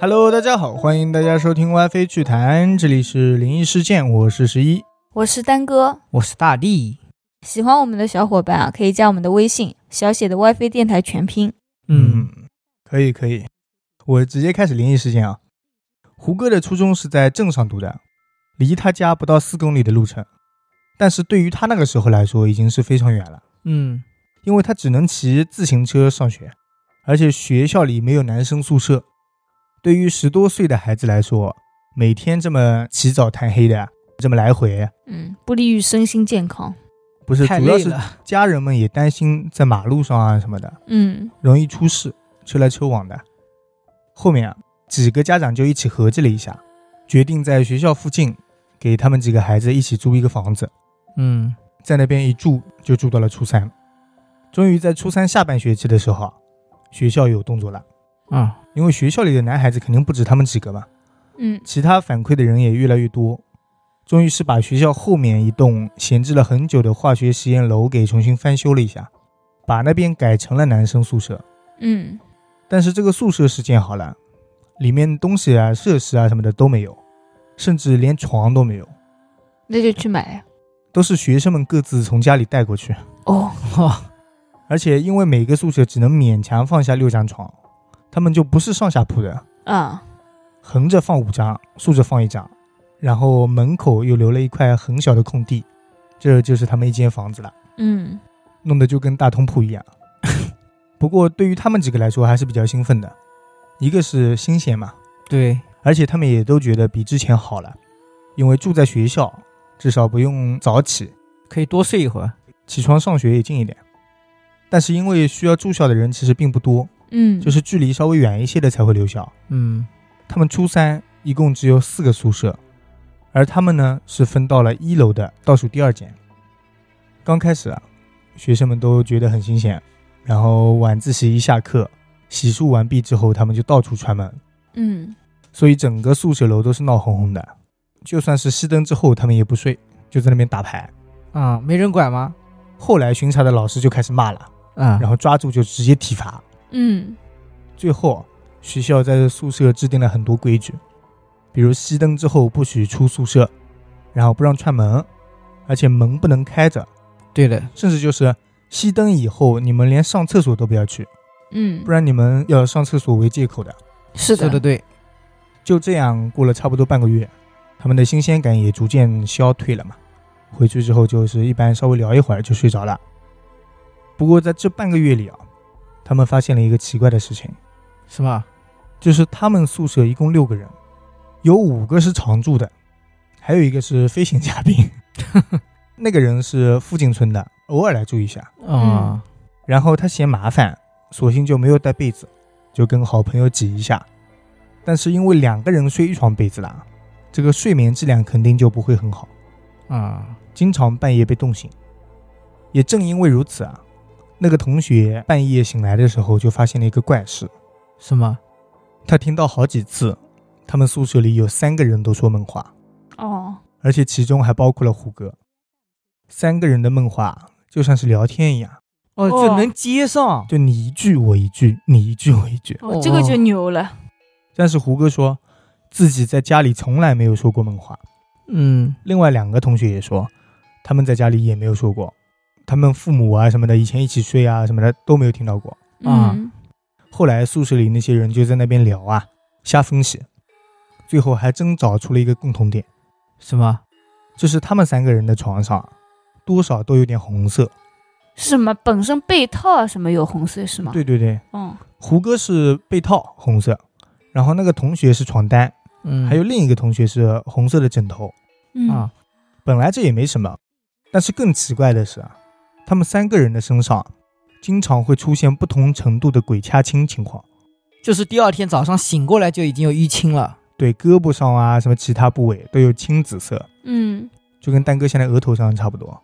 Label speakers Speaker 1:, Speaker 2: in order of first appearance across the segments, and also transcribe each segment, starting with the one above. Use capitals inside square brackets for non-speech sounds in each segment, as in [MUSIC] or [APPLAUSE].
Speaker 1: Hello，大家好，欢迎大家收听 WiFi 趣谈，这里是灵异事件，我是十一，
Speaker 2: 我是丹哥。
Speaker 3: 我是大力。
Speaker 2: 喜欢我们的小伙伴啊，可以加我们的微信，小写的 WiFi 电台全拼。
Speaker 3: 嗯，，
Speaker 1: 可以可以，我直接开始灵异事件啊。胡歌的初中是在镇上读的，离他家不到四公里的路程，但是对于他那个时候来说已经是非常远了，
Speaker 3: 嗯
Speaker 1: 因为他只能骑自行车上学，而且学校里没有男生宿舍。对于十多岁的孩子来说，每天这么起早贪黑的这么来回，
Speaker 2: 嗯，不利于身心健康。
Speaker 1: 不是
Speaker 3: 太
Speaker 1: 主要
Speaker 3: 累
Speaker 1: 是
Speaker 3: 了。
Speaker 1: 家人们也担心在马路上啊什么的
Speaker 2: 嗯
Speaker 1: 容易出事，车来车往的。后面啊，几个家长就一起合计了一下，决定在学校附近给他们几个孩子一起租一个房子，
Speaker 3: 嗯
Speaker 1: 在那边一住就住到了初三。终于在初三下半学期的时候啊，学校有动作了，
Speaker 3: 啊， [LAUGHS]
Speaker 1: 因为学校里的男孩子肯定不止他们几个嘛，
Speaker 2: 嗯
Speaker 1: 其他反馈的人也越来越多，终于是把学校后面一栋闲置了很久的化学实验楼给重新翻修了一下，把那边改成了男生宿舍。
Speaker 2: 嗯
Speaker 1: 但是这个宿舍是建好了，里面东西啊、设施啊什么的都没有，甚至连床都没有，
Speaker 2: 那就去买啊
Speaker 1: 都是学生们各自从家里带过去。
Speaker 2: 哦。
Speaker 3: 哇，
Speaker 1: 而且因为每个宿舍只能勉强放下六张床，他们就不是上下铺的，
Speaker 2: 啊，
Speaker 1: 横着放五张，竖着放一张，然后门口又留了一块很小的空地，这就是他们一间房子了，
Speaker 2: 嗯
Speaker 1: 弄得就跟大通铺一样。 [LAUGHS] 不过对于他们几个来说还是比较兴奋的，一个是新鲜嘛，
Speaker 3: 对，
Speaker 1: 而且他们也都觉得比之前好了，因为住在学校，至少不用早起，
Speaker 3: 可以多睡一会儿。
Speaker 1: 起床上学也近一点。但是因为需要住校的人其实并不多，
Speaker 2: 嗯，
Speaker 1: 就是距离稍微远一些的才会留校。
Speaker 3: 嗯
Speaker 1: 他们初三一共只有四个宿舍，而他们呢是分到了一楼的倒数第二间。刚开始啊，学生们都觉得很新鲜，然后晚自习一下课，洗漱完毕之后，他们就到处串门，
Speaker 2: 嗯
Speaker 1: 所以整个宿舍楼都是闹哄哄的。就算是熄灯之后，他们也不睡，就在那边打牌。
Speaker 3: 啊，没人管吗？
Speaker 1: 后来巡查的老师就开始骂了，
Speaker 3: 啊
Speaker 1: 然后抓住就直接体罚。
Speaker 2: 嗯
Speaker 1: 最后，学校在宿舍制定了很多规矩，比如熄灯之后不许出宿舍，然后不让串门，而且门不能开着，
Speaker 3: 对的，
Speaker 1: 甚至就是熄灯以后你们连上厕所都不要去，
Speaker 2: 嗯
Speaker 1: 不，然你们要上厕所为借口的。
Speaker 2: 是
Speaker 3: 说的
Speaker 2: 的，
Speaker 3: 对。
Speaker 1: 就这样过了差不多半个月，他们的新鲜感也逐渐消退了嘛。回去之后就是一般稍微聊一会儿就睡着了。不过在这半个月里啊，他们发现了一个奇怪的事情。
Speaker 3: 什么？
Speaker 1: 就是他们宿舍一共六个人，有五个是常住的，还有一个是飞行嘉宾。那个人是附近村的，偶尔来住一下。
Speaker 3: 啊，
Speaker 1: 然后他嫌麻烦，索性就没有带被子，就跟好朋友挤一下。但是因为两个人睡一床被子啦，这个睡眠质量肯定就不会很好，
Speaker 3: 啊，
Speaker 1: 经常半夜被冻醒。也正因为如此啊，那个同学半夜醒来的时候就发现了一个怪事。
Speaker 3: 什么？
Speaker 1: 他听到好几次，他们宿舍里有三个人都说梦话，
Speaker 2: 哦，
Speaker 1: 而且其中还包括了胡歌。三个人的梦话就像是聊天一样，
Speaker 3: 哦，
Speaker 2: 哦
Speaker 3: 就能接上。
Speaker 1: 就你一句我一句，你一句我一句。
Speaker 2: 哦，这个就牛了。
Speaker 1: 但是胡歌说自己在家里从来没有说过梦话，
Speaker 3: 嗯
Speaker 1: 另外两个同学也说他们在家里也没有说过，他们父母啊什么的以前一起睡啊什么的都没有听到过。
Speaker 3: 啊
Speaker 2: 嗯
Speaker 1: 后来宿舍里那些人就在那边聊啊，瞎分析，最后还真找出了一个共同点。
Speaker 3: 什么？
Speaker 1: 就是他们三个人的床上，多少都有点红色。
Speaker 2: 是什么？本身被套啊什么有红色是吗？，
Speaker 1: 对对对，
Speaker 2: 嗯
Speaker 1: 胡歌是被套红色，然后那个同学是床单，
Speaker 3: 嗯，
Speaker 1: 还有另一个同学是红色的枕头。
Speaker 2: 嗯
Speaker 3: 啊，
Speaker 1: 本来这也没什么，但是更奇怪的是啊，他们三个人的身上经常会出现不同程度的鬼掐青情况，
Speaker 3: 就是第二天早上醒过来就已经有淤青了。
Speaker 1: 对胳膊上啊什么其他部位都有青紫色，
Speaker 2: 嗯，
Speaker 1: 就跟丹哥现在额头上差不多。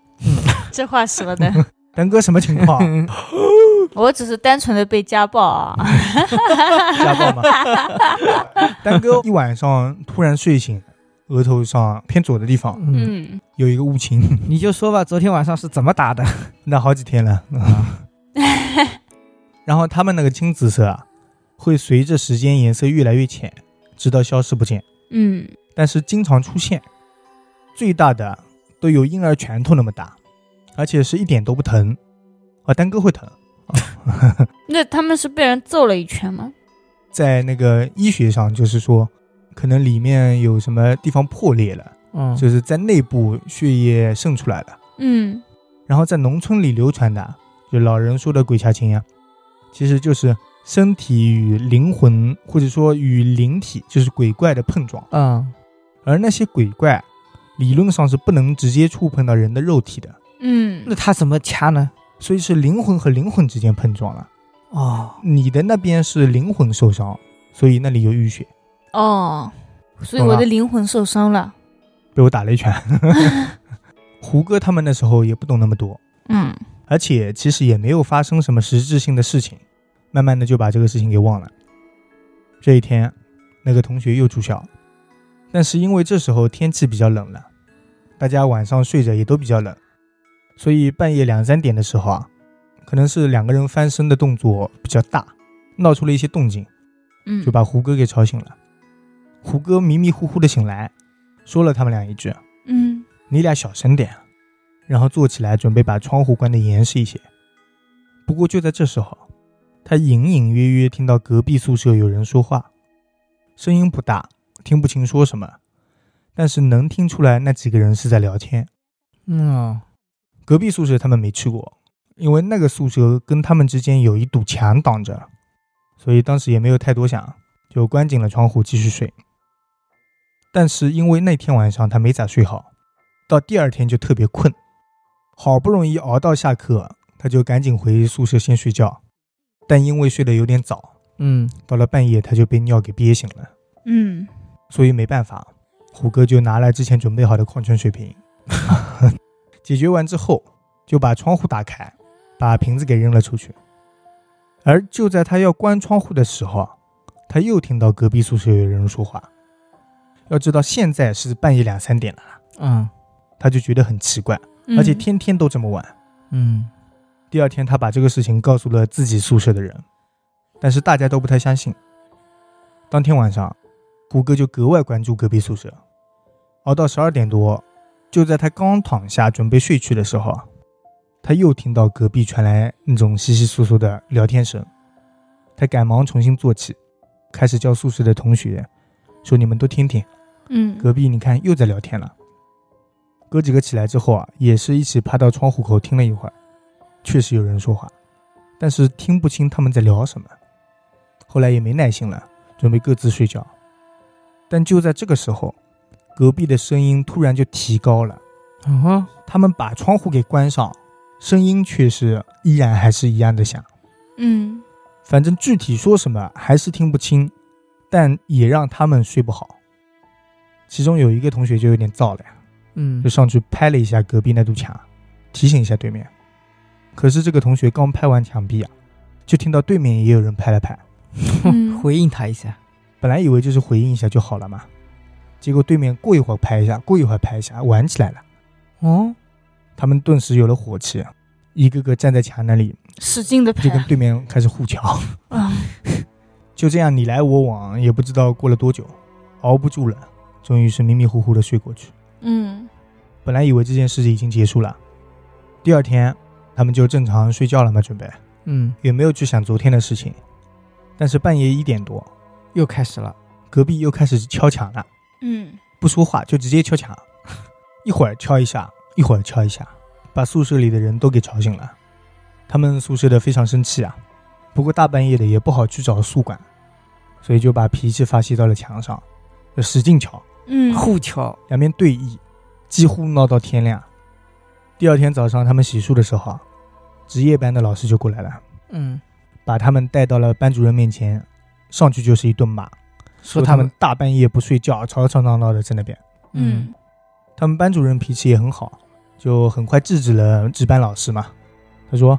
Speaker 2: 这话说 [LAUGHS] 的，
Speaker 1: 丹哥什么情况？
Speaker 2: 我只是单纯的被家暴啊。
Speaker 1: 家暴吗？丹哥一晚上突然睡醒，额头上偏左的地方
Speaker 3: [LAUGHS] 嗯，
Speaker 2: 嗯，
Speaker 1: 有一个乌青，
Speaker 3: 你就说吧，昨天晚上是怎么打的？
Speaker 1: [LAUGHS] 那好几天了。 [LAUGHS]
Speaker 2: 嗯
Speaker 1: 然后他们那个青紫色啊，会随着时间颜色越来越浅，直到消失不见，
Speaker 2: [LAUGHS] 嗯，
Speaker 1: 但是经常出现，最大的都有婴儿拳头那么大，而且是一点都不疼。啊，丹哥会疼， [LAUGHS]
Speaker 2: 那他们是被人揍了一拳吗？
Speaker 1: 在那个医学上就是说，可能里面有什么地方破裂了，
Speaker 3: 嗯，
Speaker 1: 就是在内部血液渗出来了。
Speaker 2: 嗯，
Speaker 1: 然后在农村里流传的，就老人说的鬼掐青呀，其实就是身体与灵魂，或者说与灵体，就是鬼怪的碰撞。
Speaker 3: 嗯，
Speaker 1: 而那些鬼怪，理论上是不能直接触碰到人的肉体的，
Speaker 2: 嗯，
Speaker 3: 那他怎么掐呢？
Speaker 1: 所以是灵魂和灵魂之间碰撞了。
Speaker 3: 哦，
Speaker 1: 你的那边是灵魂受伤，所以那里有淤血，
Speaker 2: 哦，所以
Speaker 1: 懂
Speaker 2: 我
Speaker 1: 了
Speaker 2: 的灵魂受伤
Speaker 1: [LAUGHS]
Speaker 2: 了。
Speaker 1: 被我打了一拳。胡歌他们那时候也不懂那么多，
Speaker 2: 嗯
Speaker 1: 而且其实也没有发生什么实质性的事情，慢慢的就把这个事情给忘了。这一天，那个同学又住校，但是因为这时候天气比较冷了，大家晚上睡着也都比较冷，所以半夜两三点的时候啊，可能是两个人翻身的动作比较大，闹出了一些动静，
Speaker 2: 嗯，
Speaker 1: 就把胡歌给吵醒了。胡歌迷迷糊糊的醒来，说了他们俩一句
Speaker 2: 嗯，：“
Speaker 1: 你俩小声点。”啊然后坐起来准备把窗户关得严实一些。不过就在这时候，他隐隐约约听到隔壁宿舍有人说话，声音不大，听不清说什么，但是能听出来那几个人是在聊天。
Speaker 3: 嗯，
Speaker 1: 隔壁宿舍他们没去过，因为那个宿舍跟他们之间有一堵墙挡着，所以当时也没有太多想，就关紧了窗户继续睡。但是因为那天晚上他没咋睡好，到第二天就特别困，好不容易熬到下课，他就赶紧回宿舍先睡觉。但因为睡得有点早，
Speaker 3: 嗯，
Speaker 1: 到了半夜他就被尿给憋醒了，
Speaker 2: 嗯，
Speaker 1: 所以没办法，胡歌就拿来之前准备好的矿泉水瓶， [LAUGHS] 解决完之后，就把窗户打开，把瓶子给扔了出去。而就在他要关窗户的时候，啊他又听到隔壁宿舍有人说话。要知道现在是半夜两三点了，
Speaker 3: 嗯，
Speaker 1: 他就觉得很奇怪，
Speaker 2: 嗯
Speaker 1: 而且，天天都这么晚。
Speaker 3: 嗯，
Speaker 1: 第二天，他把这个事情告诉了自己宿舍的人，但是大家都不太相信。当天晚上，胡歌就格外关注隔壁宿舍，熬到十二点多，就在他刚躺下准备睡去的时候，他又听到隔壁传来那种窸窸窣窣的聊天声。他赶忙重新坐起，开始叫宿舍的同学说：“你们都听听。”
Speaker 2: 嗯，
Speaker 1: 隔壁你看又在聊天了。哥几个起来之后啊，也是一起趴到窗户口听了一会儿，确实有人说话，但是听不清他们在聊什么。后来也没耐心了，准备各自睡觉。但就在这个时候，隔壁的声音突然就提高了，
Speaker 3: 哦，
Speaker 1: 他们把窗户给关上，声音却是依然还是一样的响。
Speaker 2: 嗯，
Speaker 1: 反正具体说什么还是听不清，但也让他们睡不好。其中有一个同学就有点燥了呀，
Speaker 3: 嗯
Speaker 1: 就，上去拍了一下隔壁那堵墙，提醒一下对面。可是这个同学刚拍完墙壁啊，就听到对面也有人拍了拍， [LAUGHS]
Speaker 2: 嗯
Speaker 3: 回应他一下，
Speaker 1: 本来以为就是回应一下就好了嘛，结果对面过一会儿拍一下，过一会儿拍一下，玩起来了。
Speaker 3: 哦，
Speaker 1: 他们顿时有了火气，啊一个个站在墙那里，
Speaker 2: 使劲的拍
Speaker 1: 就跟对面开始互瞧。
Speaker 2: 哎啊，
Speaker 1: 就这样你来我往，也不知道过了多久，熬不住了，终于是迷迷糊糊的睡过去。
Speaker 2: 嗯
Speaker 1: 本来以为这件事情已经结束了，第二天他们就正常睡觉了嘛，准备
Speaker 3: 嗯，
Speaker 1: 也没有去想昨天的事情。但是半夜一点多，
Speaker 3: 又开始了，
Speaker 1: 隔壁又开始敲墙了，
Speaker 2: 嗯
Speaker 1: 不说话就直接敲墙，一会儿敲一下，一会儿敲一下，把宿舍里的人都给吵醒了。他们宿舍的非常生气啊，不过大半夜的也不好去找宿管，所以就把脾气发泄到了墙上，就使劲敲，
Speaker 2: 嗯，
Speaker 3: 互敲，
Speaker 1: 两边对弈，几乎闹到天亮。第二天早上，他们洗漱的时候啊，值夜班的老师就过来了，
Speaker 3: 嗯，
Speaker 1: 把他们带到了班主任面前，上去就是一顿骂，
Speaker 3: 说
Speaker 1: 说他们，大半夜不睡觉，吵吵闹闹的在那边。
Speaker 3: 嗯，
Speaker 2: 嗯
Speaker 1: 他们班主任脾气也很好，就很快制止了值班老师嘛。他说：“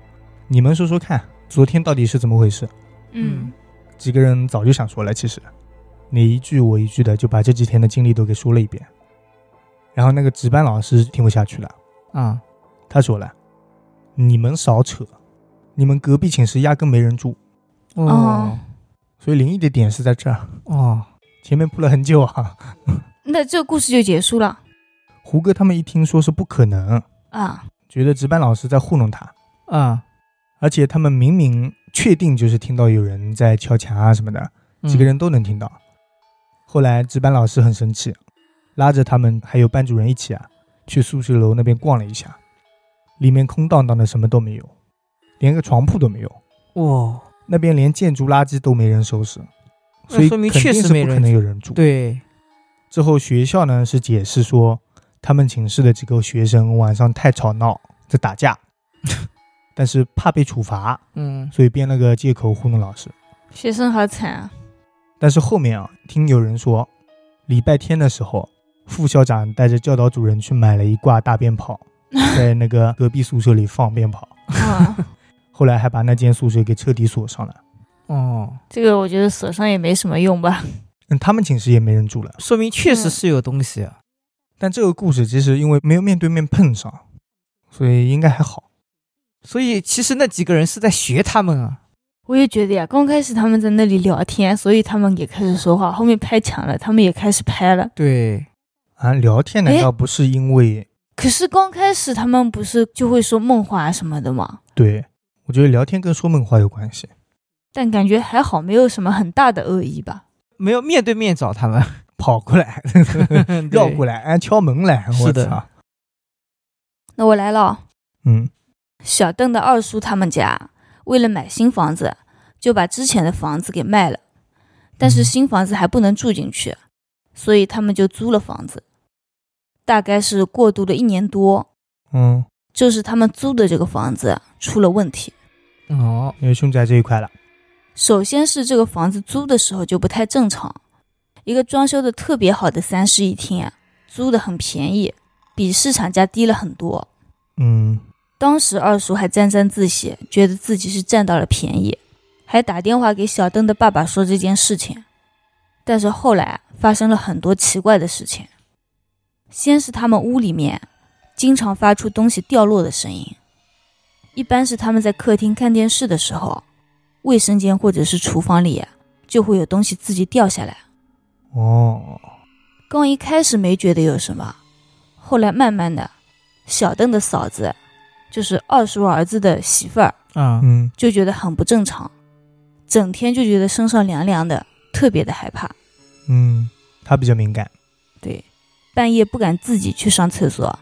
Speaker 1: 你们说说看，昨天到底是怎么回事
Speaker 2: 嗯？”
Speaker 1: 几个人早就想说了，其实你一句我一句的就把这几天的经历都给说了一遍。然后那个值班老师听不下去了，
Speaker 3: 啊，
Speaker 1: 他说了：“你们少扯，你们隔壁寝室压根没人住，
Speaker 3: 哦，
Speaker 1: 所以灵异的点是在这儿。
Speaker 3: 哦，
Speaker 1: 前面铺了很久啊。 [LAUGHS]
Speaker 2: 那这个故事就结束了
Speaker 1: 胡歌他们一听说是不可能，
Speaker 2: 啊。
Speaker 1: 觉得值班老师在糊弄他，
Speaker 3: 啊，
Speaker 1: 而且他们明明确定就是听到有人在敲墙啊什么的，
Speaker 3: 嗯
Speaker 1: 几个人都能听到。后来值班老师很生气，拉着他们还有班主任一起啊，去宿舍楼那边逛了一下，里面空荡荡的，什么都没有，连个床铺都没有，
Speaker 3: 哦，
Speaker 1: 那边连建筑垃圾都没人收拾，
Speaker 3: 那
Speaker 1: 所以
Speaker 3: 说
Speaker 1: 肯
Speaker 3: 明
Speaker 1: 定
Speaker 3: 确实
Speaker 1: 是
Speaker 3: 没
Speaker 1: 不可
Speaker 3: 人
Speaker 1: 能有人住。
Speaker 3: 对，
Speaker 1: 之后学校呢是解释说，他们寝室的几个学生晚上太吵闹，在打
Speaker 3: [LAUGHS]
Speaker 1: 架，但是怕被处罚，
Speaker 3: 嗯，
Speaker 1: 所以编了个借口糊弄老师。
Speaker 2: 学生好惨啊！
Speaker 1: 但是后面啊，听有人说，礼拜天的时候，副校长带着教导主任去买了一挂大鞭
Speaker 3: [LAUGHS]
Speaker 1: 炮，在那个隔壁宿舍里放鞭炮，
Speaker 2: 啊，
Speaker 1: 后来还把那间宿舍给彻底锁上了。
Speaker 3: 哦，
Speaker 2: 这个我觉得锁上也没什么用吧。
Speaker 1: 嗯，他们寝室也没人住了。
Speaker 3: 说明确实
Speaker 2: 嗯
Speaker 3: 是有东西啊。
Speaker 1: 但这个故事其实因为没有面对面碰上，所以应该还好。
Speaker 3: 所以其实那几个人是在学他们啊。
Speaker 2: 我也觉得呀，刚开始他们在那里聊天，所以他们也开始说话。后面拍墙了，他们也开始拍了。
Speaker 3: 对，
Speaker 1: 啊，聊天难
Speaker 2: 诶
Speaker 1: 道不是因为
Speaker 2: 可是刚开始他们不是就会说梦话什么的吗？
Speaker 1: 对？我觉得聊天跟说梦话有关系。
Speaker 2: 但感觉还好，没有什么很大的恶意吧。
Speaker 3: 没有面对面找 [LAUGHS] 他们，
Speaker 1: 跑过来，绕过
Speaker 3: 来。
Speaker 1: 来，哎，敲门来，我
Speaker 3: 是的
Speaker 1: 操，
Speaker 2: 那我来了哦，
Speaker 1: 嗯，
Speaker 2: 小邓的二叔他们家为了买新房子，就把之前的房子给卖了，但是
Speaker 1: 嗯
Speaker 2: 新房子还不能住进去，所以他们就租了房子。大概是过渡了一年多，
Speaker 1: 嗯，
Speaker 2: 就是他们租的这个房子出了问题。
Speaker 3: 哦，
Speaker 1: 因为凶宅这一块了，
Speaker 2: 首先是这个房子租的时候就不太正常，一个装修的特别好的三室一厅啊，租的很便宜，比市场价低了很多。
Speaker 1: 嗯，
Speaker 2: 当时二叔还沾沾自喜，觉得自己是占到了便宜，还打电话给小邓的爸爸说这件事情。但是后来啊发生了很多奇怪的事情，先是他们屋里面经常发出东西掉落的声音，一般是他们在客厅看电视的时候，卫生间或者是厨房里啊就会有东西自己掉下来。
Speaker 1: 哦，
Speaker 2: 刚一开始没觉得有什么，后来慢慢的，小邓的嫂子，就是二叔儿子的媳妇儿，
Speaker 3: 啊，
Speaker 1: 嗯，
Speaker 2: 就觉得很不正常，整天就觉得身上凉凉的，特别的害怕。
Speaker 1: 嗯，他比较敏感，
Speaker 2: 对，半夜不敢自己去上厕所，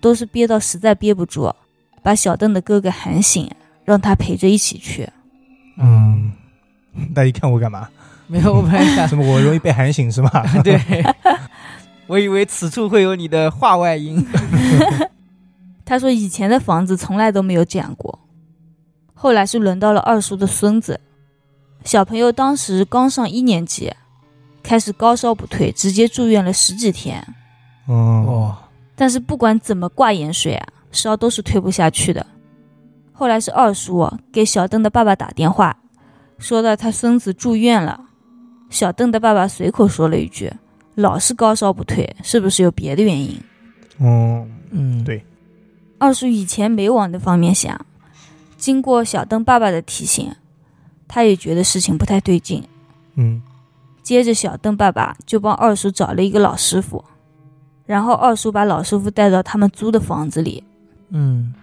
Speaker 2: 都是憋到实在憋不住，把小邓的哥哥喊醒，让他陪着一起去。
Speaker 1: 嗯， [LAUGHS] 大家一看我干嘛？
Speaker 3: 没有，我本来 [LAUGHS] 想，
Speaker 1: 怎么我容易被喊醒是吗？
Speaker 3: 对， [LAUGHS] 我以为此处会有你的话外音。
Speaker 2: 他说以前的房子从来都没有这样过。后来是轮到了二叔的孙子，小朋友当时刚上一年级，开始高烧不退，直接住院了十几天。
Speaker 1: 嗯，
Speaker 3: 哦，
Speaker 2: 但是不管怎么挂盐水啊，烧都是退不下去的。后来是二叔给小邓的爸爸打电话，说到他孙子住院了。小邓的爸爸随口说了一句：“老是高烧不退，是不是有别的原因
Speaker 1: 嗯，
Speaker 3: 嗯，
Speaker 1: 对？”
Speaker 2: 二叔以前没往那方面想，经过小邓爸爸的提醒，他也觉得事情不太对劲。
Speaker 1: 嗯，
Speaker 2: 接着，小邓爸爸就帮二叔找了一个老师傅，然后二叔把老师傅带到他们租的房子里，
Speaker 3: 嗯，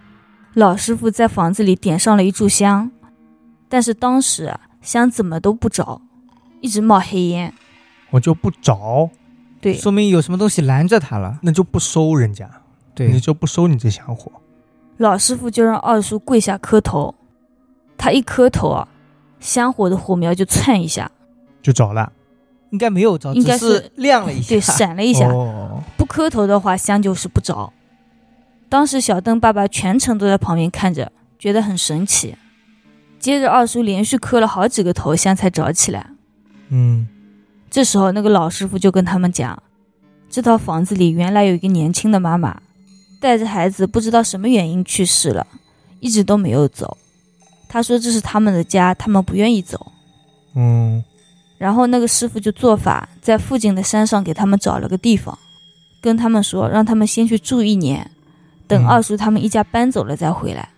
Speaker 2: 老师傅在房子里点上了一炷香，但是当时啊香怎么都不着，一直冒黑烟。
Speaker 1: 我就不着，
Speaker 2: 对，
Speaker 3: 说明有什么东西拦着他了。
Speaker 1: 那就不收人家，你
Speaker 3: 对，
Speaker 1: 就不收你这香火，
Speaker 2: 老师傅就让二叔跪下磕头，他一磕头啊，香火的火苗就窜一下，
Speaker 1: 就着了。
Speaker 3: 应该没有着，
Speaker 2: 应该
Speaker 3: 只
Speaker 2: 是
Speaker 3: 亮了一
Speaker 2: 对，
Speaker 3: 下。
Speaker 2: 闪了一下。
Speaker 1: 哦，
Speaker 2: 不磕头的话，香就是不着。当时小邓爸爸全程都在旁边看着，觉得很神奇。接着二叔连续磕了好几个头，香才着起来。
Speaker 1: 嗯，
Speaker 2: 这时候，那个老师傅就跟他们讲，这套房子里原来有一个年轻的妈妈，带着孩子不知道什么原因去世了，一直都没有走。他说这是他们的家，他们不愿意走。
Speaker 1: 嗯，
Speaker 2: 然后那个师傅就做法，在附近的山上给他们找了个地方，跟他们说让他们先去住一年，等
Speaker 1: 嗯
Speaker 2: 二叔他们一家搬走了再回来。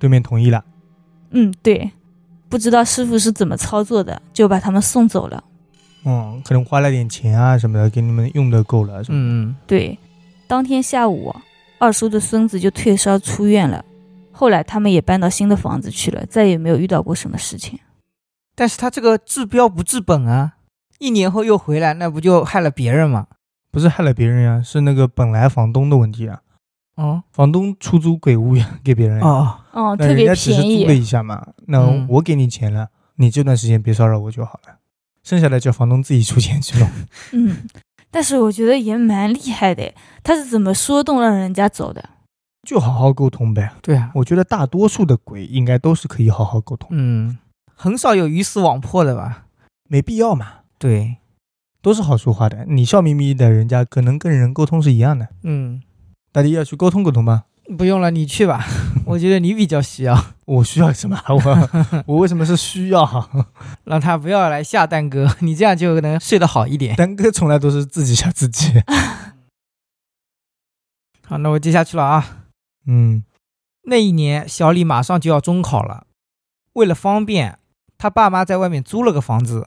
Speaker 1: 对面同意了。
Speaker 2: 嗯，对，不知道师傅是怎么操作的，就把他们送走了。
Speaker 1: 嗯，可能花了点钱啊什么的，给你们用的够了，什么
Speaker 3: 嗯
Speaker 2: 对，当天下午，二叔的孙子就退烧出院了。后来他们也搬到新的房子去了，再也没有遇到过什么事情。
Speaker 3: 但是他这个治标不治本啊，一年后又回来，那不就害了别人嘛？
Speaker 1: 不是害了别人呀、是那个本来房东的问题啊，
Speaker 3: 哦
Speaker 1: 房东出租鬼屋呀给别人呀，
Speaker 3: 哦，
Speaker 2: 哦，
Speaker 1: 那
Speaker 2: 特
Speaker 1: 人
Speaker 2: 别
Speaker 1: 家只是
Speaker 2: 便
Speaker 1: 租了
Speaker 2: 宜。
Speaker 1: 一下嘛，那
Speaker 3: 嗯
Speaker 1: 我给你钱了，你这段时间别骚扰我就好了，剩下的叫房东自己出钱去弄。
Speaker 2: 嗯，但是我觉得也蛮厉害的，他是怎么说动让人家走的？
Speaker 1: 就好好沟通呗，
Speaker 3: 对啊，
Speaker 1: 我觉得大多数的鬼应该都是可以好好沟通，
Speaker 3: 嗯，很少有鱼死网破的吧？
Speaker 1: 没必要嘛，
Speaker 3: 对，
Speaker 1: 都是好说话的。你笑眯眯的，人家可能跟人沟通是一样的。
Speaker 3: 嗯，
Speaker 1: 大家要去沟通沟通吧。
Speaker 3: 不用了，你去吧， [LAUGHS] 我觉得你比较需要， [LAUGHS]
Speaker 1: 我需要什么？ [LAUGHS] 我我为什么是需要？ [LAUGHS]
Speaker 3: 让他不要来吓蛋哥， [LAUGHS] 你这样就能睡得好一点。
Speaker 1: 丹哥从来都是自己吓自
Speaker 3: [LAUGHS]
Speaker 1: 己。
Speaker 3: 好，那我接下去了啊。
Speaker 1: 嗯，
Speaker 3: 那一年，小李马上就要中考了，为了方便，他爸妈在外面租了个房子，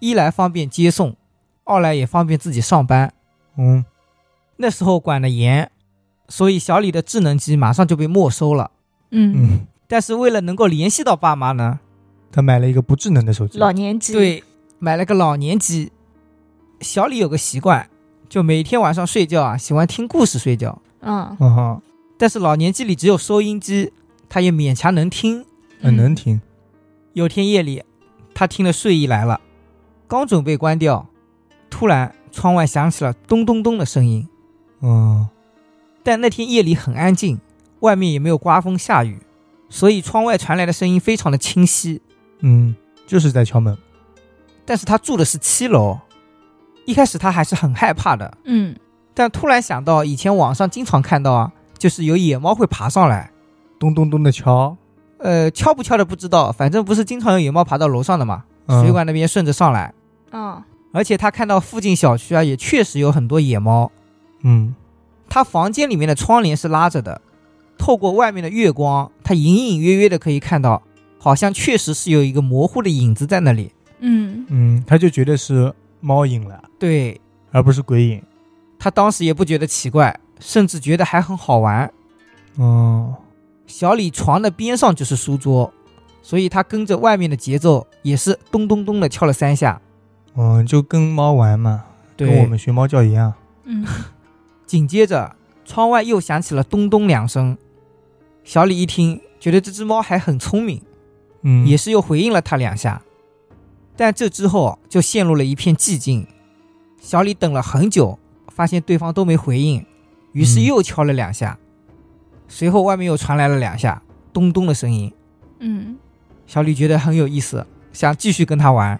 Speaker 3: 一来方便接送，二来也方便自己上班。
Speaker 1: 嗯，
Speaker 3: 那时候管得严，所以小李的智能机马上就被没收了。
Speaker 2: 嗯，
Speaker 1: 嗯，
Speaker 3: 但是为了能够联系到爸妈呢，
Speaker 1: 他买了一个不智能的手机。
Speaker 2: 老年机，
Speaker 3: 对，买了个老年机。小李有个习惯，就每天晚上睡觉啊，喜欢听故事睡觉。
Speaker 2: 嗯，
Speaker 1: 嗯哈，
Speaker 3: 但是老年机里只有收音机，他也勉强能听。
Speaker 1: 很能
Speaker 2: 嗯
Speaker 1: 听。
Speaker 3: 有天夜里，他听了睡意来了，刚准备关掉，突然窗外响起了咚咚咚的声音。
Speaker 1: 嗯，
Speaker 3: 但那天夜里很安静，外面也没有刮风下雨，所以窗外传来的声音非常的清晰。
Speaker 1: 嗯，就是在敲门。
Speaker 3: 但是他住的是七楼，一开始他还是很害怕的，
Speaker 2: 嗯，
Speaker 3: 但突然想到以前网上经常看到啊，就是有野猫会爬上来，
Speaker 1: 咚咚咚的敲，
Speaker 3: 呃，敲不敲的不知道，反正不是经常有野猫爬到楼上的嘛，
Speaker 1: 嗯
Speaker 3: 水管那边顺着上来，
Speaker 2: 嗯，
Speaker 3: 而且他看到附近小区啊也确实有很多野猫，
Speaker 1: 嗯
Speaker 3: 他房间里面的窗帘是拉着的，透过外面的月光，他隐隐约约的可以看到，好像确实是有一个模糊的影子在那里。
Speaker 2: 嗯，
Speaker 1: 嗯，他就觉得是猫影了，
Speaker 3: 对
Speaker 1: 而不是鬼影。
Speaker 3: 他当时也不觉得奇怪，甚至觉得还很好玩。
Speaker 1: 嗯，
Speaker 3: 小李床的边上就是书桌，所以他跟着外面的节奏，也是咚咚咚的敲了三下。
Speaker 1: 嗯，就跟猫玩嘛，跟
Speaker 3: 对
Speaker 1: 我们学猫叫一样。
Speaker 2: 嗯，
Speaker 3: 紧接着，窗外又响起了咚咚两声。小李一听，觉得这只猫还很聪明，
Speaker 1: 嗯，
Speaker 3: 也是又回应了他两下。但这之后就陷入了一片寂静。小李等了很久，发现对方都没回应，于是
Speaker 1: 嗯
Speaker 3: 又敲了两下。随后外面又传来了两下咚咚的声音。
Speaker 2: 嗯，
Speaker 3: 小李觉得很有意思，想继续跟他玩，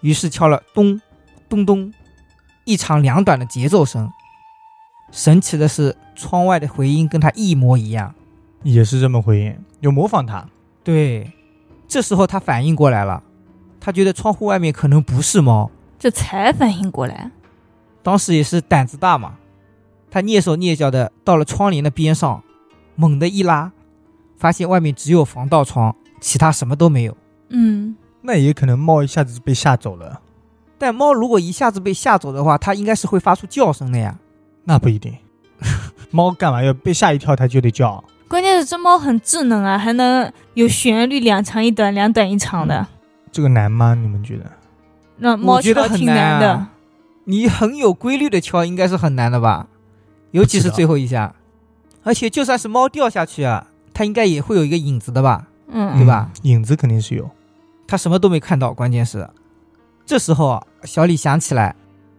Speaker 3: 于是敲了咚咚咚，一长两短的节奏声。神奇的是，窗外的回音跟他一模一样。
Speaker 1: 也是这么回应，就模仿他。
Speaker 3: 对，这时候他反应过来了，他觉得窗户外面可能不是猫，
Speaker 2: 这才反应过来，
Speaker 3: 当时也是胆子大嘛，他蹑手蹑脚的到了窗帘的边上，猛地一拉，发现外面只有防盗窗，其他什么都没有。
Speaker 2: 嗯，
Speaker 1: 那也可能猫一下子就被吓走了，
Speaker 3: 但猫如果一下子被吓走的话，它应该是会发出叫声的呀。
Speaker 1: 那不一定。 [LAUGHS] 猫干嘛要被吓一跳，它就得叫？
Speaker 2: 关键是这猫很智能啊，还能有旋律，两长一短，两短一长的，
Speaker 1: 这个难吗？你们觉得？
Speaker 2: 那猫
Speaker 3: 我觉得
Speaker 2: 敲挺
Speaker 3: 很难啊
Speaker 2: 的。
Speaker 3: 你很有规律的敲，应该是很难的吧？尤其是最后一下，而且就算是猫掉下去啊，它应该也会有一个影子的吧？
Speaker 2: 嗯
Speaker 3: 对吧
Speaker 1: 嗯？影子肯定是有。
Speaker 3: 他什么都没看到，关键是，这时候啊，小李想起来，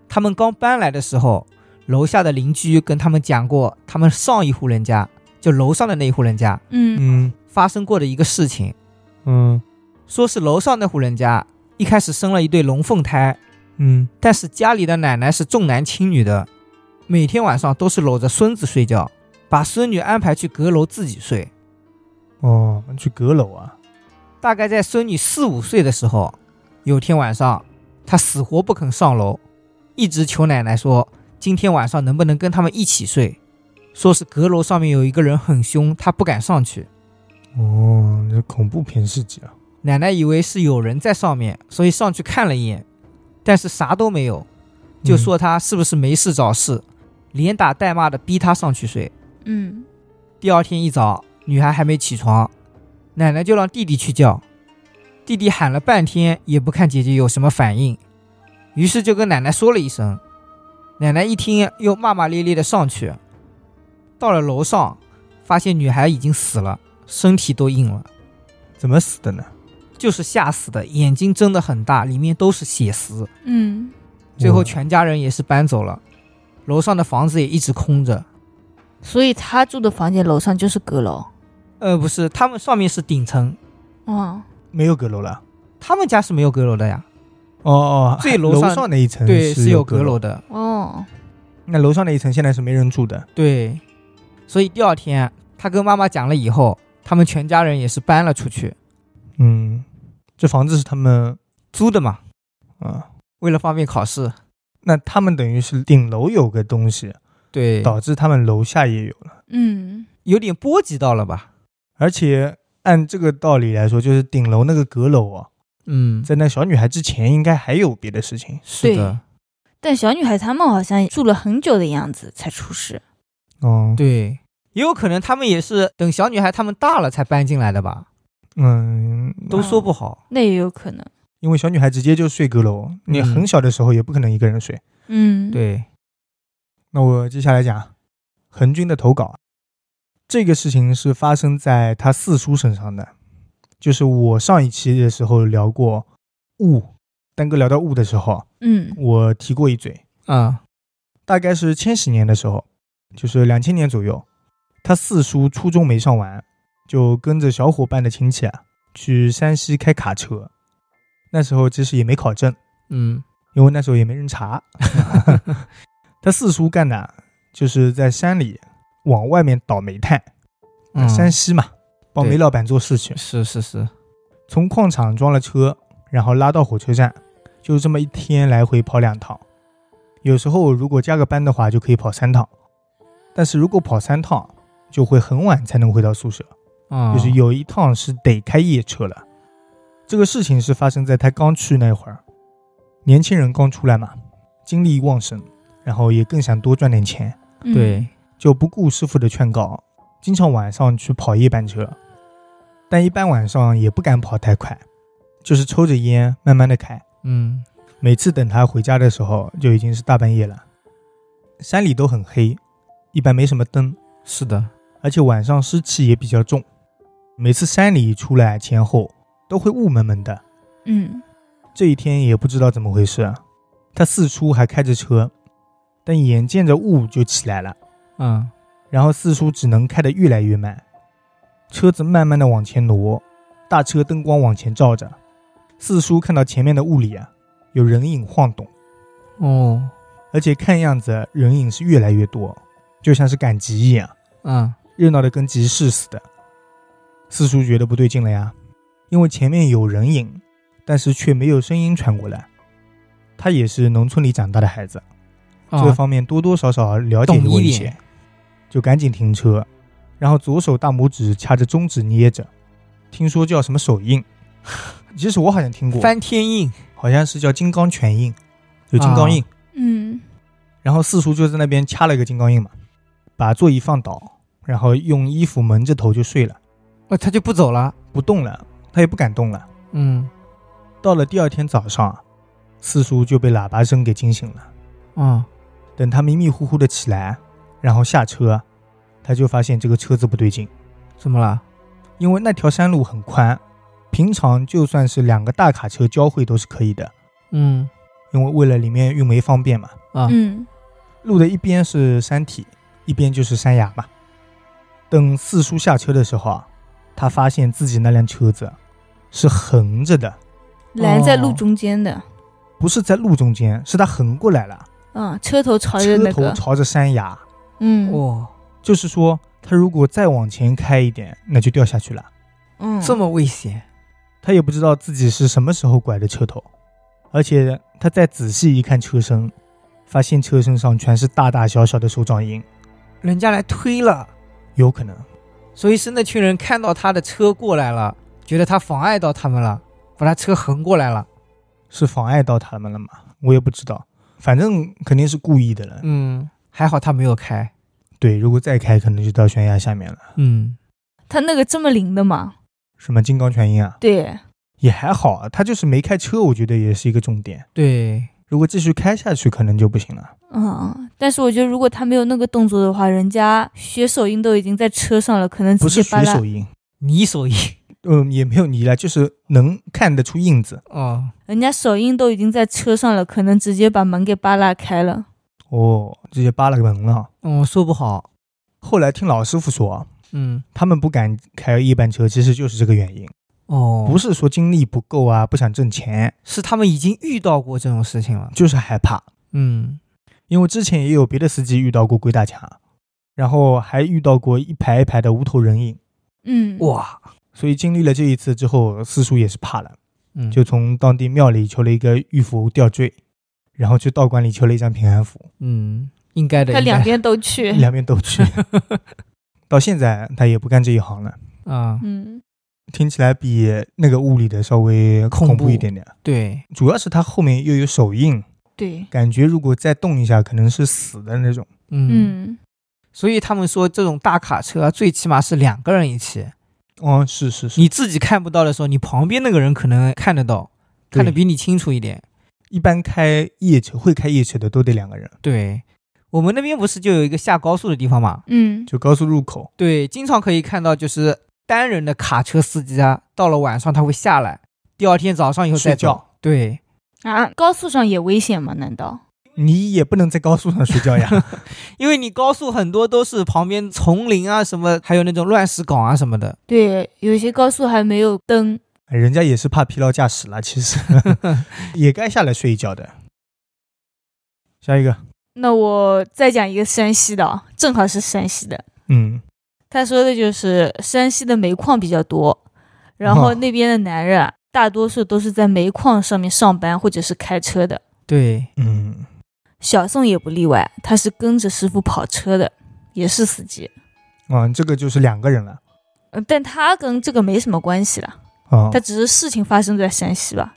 Speaker 3: 他们刚搬来的时候，楼下的邻居跟他们讲过，他们上一户人家，就楼上的那一户人家
Speaker 2: 嗯
Speaker 1: 嗯
Speaker 3: 发生过的一个事情，
Speaker 1: 嗯
Speaker 3: 说是楼上那户人家一开始生了一对龙凤胎，
Speaker 1: 嗯
Speaker 3: 但是家里的奶奶是重男轻女的，每天晚上都是搂着孙子睡觉，把孙女安排去阁楼自己睡。
Speaker 1: 哦，去阁楼啊？
Speaker 3: 大概在孙女四五岁的时候，有天晚上，她死活不肯上楼，一直求奶奶说今天晚上能不能跟他们一起睡，说是阁楼上面有一个人很凶，她不敢上去。
Speaker 1: 哦，这恐怖片市集啊。
Speaker 3: 奶奶以为是有人在上面，所以上去看了一眼，但是啥都没有，
Speaker 1: 嗯
Speaker 3: 就说他是不是没事找事，连打带骂的逼他上去睡。
Speaker 2: 嗯
Speaker 3: 第二天一早，女孩还没起床，奶奶就让弟弟去叫。弟弟喊了半天也不看姐姐有什么反应，于是就跟奶奶说了一声。奶奶一听，又骂骂咧咧的上去。到了楼上，发现女孩已经死了，身体都硬了，
Speaker 1: 怎么死的呢？
Speaker 3: 就是吓死的，眼睛睁得很大，里面都是血丝。
Speaker 2: 嗯
Speaker 3: 最
Speaker 1: 我
Speaker 3: 后全家人也是搬走了，楼上的房子也一直空着。
Speaker 2: 所以他住的房间楼上就是阁楼。
Speaker 3: 呃，不是，他们上面是顶层，
Speaker 2: 哦，
Speaker 1: 没有阁楼了。
Speaker 3: 他们家是没有阁楼的呀。
Speaker 1: 哦哦，
Speaker 3: 最楼
Speaker 1: 楼
Speaker 3: 上
Speaker 1: 上那一层
Speaker 3: 对，是
Speaker 1: 有
Speaker 3: 有阁
Speaker 1: 楼
Speaker 3: 楼
Speaker 1: 的。
Speaker 3: 的。
Speaker 2: 哦，
Speaker 1: 那楼上那一层现在是没人住的。
Speaker 3: 对，所以第二天他跟妈妈讲了以后，他们全家人也是搬了出去，
Speaker 1: 嗯，这房子是他们
Speaker 3: 租的嘛，
Speaker 1: 啊，
Speaker 3: 为了方便考试。
Speaker 1: 那他们等于是顶楼有个东西，
Speaker 3: 对，
Speaker 1: 导致他们楼下也有了。
Speaker 2: 嗯
Speaker 3: 有点波及到了吧？
Speaker 1: 而且按这个道理来说，就是顶楼那个阁楼啊，
Speaker 3: 嗯，
Speaker 1: 在那小女孩之前应该还有别的事情。
Speaker 3: 是的，
Speaker 2: 但小女孩她们好像住了很久的样子才出事。
Speaker 1: 哦，，
Speaker 3: 对，也有可能他们也是等小女孩他们大了才搬进来的吧，
Speaker 1: 嗯，
Speaker 3: 都说不好。
Speaker 2: 那也有可能。
Speaker 1: 因为小女孩直接就睡阁楼，你
Speaker 3: 嗯
Speaker 1: 很小的时候也不可能一个人睡。
Speaker 2: 嗯，，
Speaker 3: 对，
Speaker 1: 那我接下来讲恒军的投稿啊，这个事情是发生在他四叔身上的，就是我上一期的时候聊过雾，丹哥聊到雾的时候，
Speaker 2: 嗯
Speaker 1: 我提过一嘴，
Speaker 3: 嗯
Speaker 1: 大概是千禧年的时候，就是两千年左右，他四叔初中没上完，就跟着小伙伴的亲戚啊去山西开卡车，那时候其实也没考证。
Speaker 3: 嗯
Speaker 1: 因为那时候也没人查。 [LAUGHS] 他四叔干的啊就是在山里往外面倒煤炭，
Speaker 3: 嗯，
Speaker 1: 山西嘛，帮煤老板做事情，
Speaker 3: 是是是，
Speaker 1: 从矿场装了车，然后拉到火车站，就这么一天来回跑两趟。有时候如果加个班的话，就可以跑三趟，但是如果跑三趟，就会很晚才能回到宿舍。
Speaker 3: 嗯，
Speaker 1: 就是有一趟是得开夜车了。这个事情是发生在他刚去那会儿，年轻人刚出来嘛，精力旺盛，然后也更想多赚点钱，
Speaker 2: 嗯，
Speaker 3: 对，
Speaker 1: 就不顾师傅的劝告，经常晚上去跑夜班车，但一般晚上也不敢跑太快，就是抽着烟慢慢的开。
Speaker 3: 嗯
Speaker 1: 每次等他回家的时候，就已经是大半夜了，山里都很黑，一般没什么灯，
Speaker 3: 是的，
Speaker 1: 而且晚上湿气也比较重，每次山里出来前后都会雾蒙蒙的。
Speaker 2: 嗯
Speaker 1: 这一天也不知道怎么回事，啊他四叔还开着车，但眼见着雾就起来了，
Speaker 3: 嗯
Speaker 1: 然后四叔只能开得越来越慢，车子慢慢的往前挪，大车灯光往前照着，四叔看到前面的雾里啊有人影晃动，
Speaker 3: 哦
Speaker 1: 而且看样子人影是越来越多，就像是赶集一样。
Speaker 3: 嗯
Speaker 1: 热闹的跟集市似的。四叔觉得不对劲了呀，因为前面有人影，但是却没有声音传过来。他也是农村里长大的孩子，这
Speaker 3: 啊
Speaker 1: 方面多多少少了解
Speaker 3: 懂
Speaker 1: 过
Speaker 3: 一
Speaker 1: 些
Speaker 3: 点，
Speaker 1: 就赶紧停车，然后左手大拇指掐着中指捏着，听说叫什么手印， [LAUGHS] 其实我好像听过，
Speaker 3: 翻天印，
Speaker 1: 好像是叫金刚拳印，有金
Speaker 3: 啊
Speaker 1: 刚印。
Speaker 2: 嗯
Speaker 1: 然后四叔就在那边掐了一个金刚印嘛，把座椅放倒，然后用衣服蒙着头就睡了。
Speaker 3: 那哦他就不走了。
Speaker 1: 不动了，他也不敢动了。
Speaker 3: 嗯
Speaker 1: 到了第二天早上啊，四叔就被喇叭声给惊醒了。
Speaker 3: 啊
Speaker 1: 等他迷迷糊糊的起来，然后下车，他就发现这个车子不对劲，
Speaker 3: 怎么了？
Speaker 1: 因为那条山路很宽，平常就算是两个大卡车交汇都是可以的，
Speaker 3: 嗯
Speaker 1: 因为为了里面运煤方便嘛。
Speaker 3: 啊
Speaker 2: 嗯
Speaker 1: 路的一边是山体，一边就是山崖嘛。等四叔下车的时候啊，他发现自己那辆车子是横着的，
Speaker 2: 拦在路
Speaker 3: 哦
Speaker 2: 中间的，
Speaker 1: 不是在路中间，是他横过来了。
Speaker 2: 嗯，车头朝
Speaker 1: 车
Speaker 2: 着那
Speaker 1: 头
Speaker 2: 个，
Speaker 1: 朝着山崖，
Speaker 2: 嗯
Speaker 3: 哦，
Speaker 1: 就是说他如果再往前开一点，那就掉下去了。
Speaker 2: 嗯，
Speaker 3: 这么危险？
Speaker 1: 他也不知道自己是什么时候拐的车头，而且他再仔细一看车身，发现车身上全是大大小小的手掌印，
Speaker 3: 人家来推了，
Speaker 1: 有可能
Speaker 3: 所以是那群人看到他的车过来了，觉得他妨碍到他们了，把他车横过来了。
Speaker 1: 是妨碍到他们了吗？我也不知道，反正肯定是故意的了。
Speaker 3: 嗯，还好他没有开。
Speaker 1: 对，如果再开，可能就到悬崖下面了。
Speaker 3: 嗯，
Speaker 2: 他那个这么灵的吗？
Speaker 1: 什么金刚拳印啊，
Speaker 2: 对，
Speaker 1: 也还好啊，他就是没开车，我觉得也是一个重点。
Speaker 3: 对，
Speaker 1: 如果继续开下去，可能就不行了。
Speaker 2: 嗯，但是我觉得如果他没有那个动作的话，人家学手印都已经在车上了，可能
Speaker 1: 不
Speaker 2: 直
Speaker 1: 是
Speaker 2: 接把
Speaker 1: 学
Speaker 2: 他
Speaker 1: 手印，
Speaker 3: 你手艺
Speaker 1: 嗯，也没有泥了，就是能看得出印子。
Speaker 3: [LAUGHS] 哦，
Speaker 2: 人家手印都已经在车上了，可能直接把门给扒拉开了。
Speaker 1: 哦，直接扒了个门了。
Speaker 3: 嗯，说不好。
Speaker 1: 后来听老师傅说，啊
Speaker 3: 嗯，
Speaker 1: 他们不敢开夜班车，其实就是这个原因，
Speaker 3: 哦，
Speaker 1: 不是说精力不够啊，不想挣钱，
Speaker 3: 是他们已经遇到过这种事情了。
Speaker 1: 就是害怕。
Speaker 3: 嗯，
Speaker 1: 因为之前也有别的司机遇到过鬼打墙，然后还遇到过一排一排的无头人影，
Speaker 2: 嗯，
Speaker 3: 哇，
Speaker 1: 所以经历了这一次之后，四叔也是怕了，
Speaker 3: 嗯，
Speaker 1: 就从当地庙里求了一个玉符吊坠，然后去道观里求了一张平安符，
Speaker 3: 嗯，应该的。
Speaker 2: 他两
Speaker 3: 应该
Speaker 2: 边都去。
Speaker 1: 两边都去。到现在他也不干这一行了，
Speaker 3: 的啊，
Speaker 2: 嗯，
Speaker 1: 听起来比那个屋里的稍微恐
Speaker 3: 恐怖
Speaker 1: 怖一点点。
Speaker 3: 对，
Speaker 1: 主要是他后面又有手印，
Speaker 2: 对，
Speaker 1: 感觉如果再动一下，可能是死的那种。
Speaker 3: 嗯，
Speaker 2: 嗯，
Speaker 3: 所以他们说这种大卡车啊最起码是两个人一起，
Speaker 1: 哦，是是是，
Speaker 3: 你自己看不到的时候，你旁边那个人可能看得到，看得
Speaker 1: 对
Speaker 3: 比你清楚一点。
Speaker 1: 一般开夜车会开夜车的都得两个人，
Speaker 3: 对，我们那边不是就有一个下高速的地方嘛？
Speaker 2: 嗯，
Speaker 1: 就高速入口。
Speaker 3: 对，经常可以看到就是单人的卡车司机啊，到了晚上他会下来，第二天早上以后再
Speaker 1: 睡觉
Speaker 3: 走。对，
Speaker 2: 啊，高速上也危险吗？难道？
Speaker 1: 你也不能在高速上睡觉呀， [LAUGHS]
Speaker 3: 因为你高速很多都是旁边丛林啊什么，还有那种乱石岗啊什么的。
Speaker 2: 对，有些高速还没有灯。
Speaker 1: 人家也是怕疲劳驾驶了， [LAUGHS] 其实也该下来睡一觉的。下一个，
Speaker 2: 那我再讲一个山西的，啊，正好是山西的。
Speaker 1: 嗯，
Speaker 2: 他说的就是山西的煤矿比较多，然后
Speaker 1: 哦
Speaker 2: 那边的男人啊，大多数都是在煤矿上面上班或者是开车的。
Speaker 3: 对，
Speaker 1: 嗯，
Speaker 2: 小宋也不例外，他是跟着师傅跑车的，也是司机。
Speaker 1: 啊，这个就是两个人了
Speaker 2: 嗯，但他跟这个没什么关系啦，
Speaker 1: 啊
Speaker 2: 他。只是事情发生在山西吧。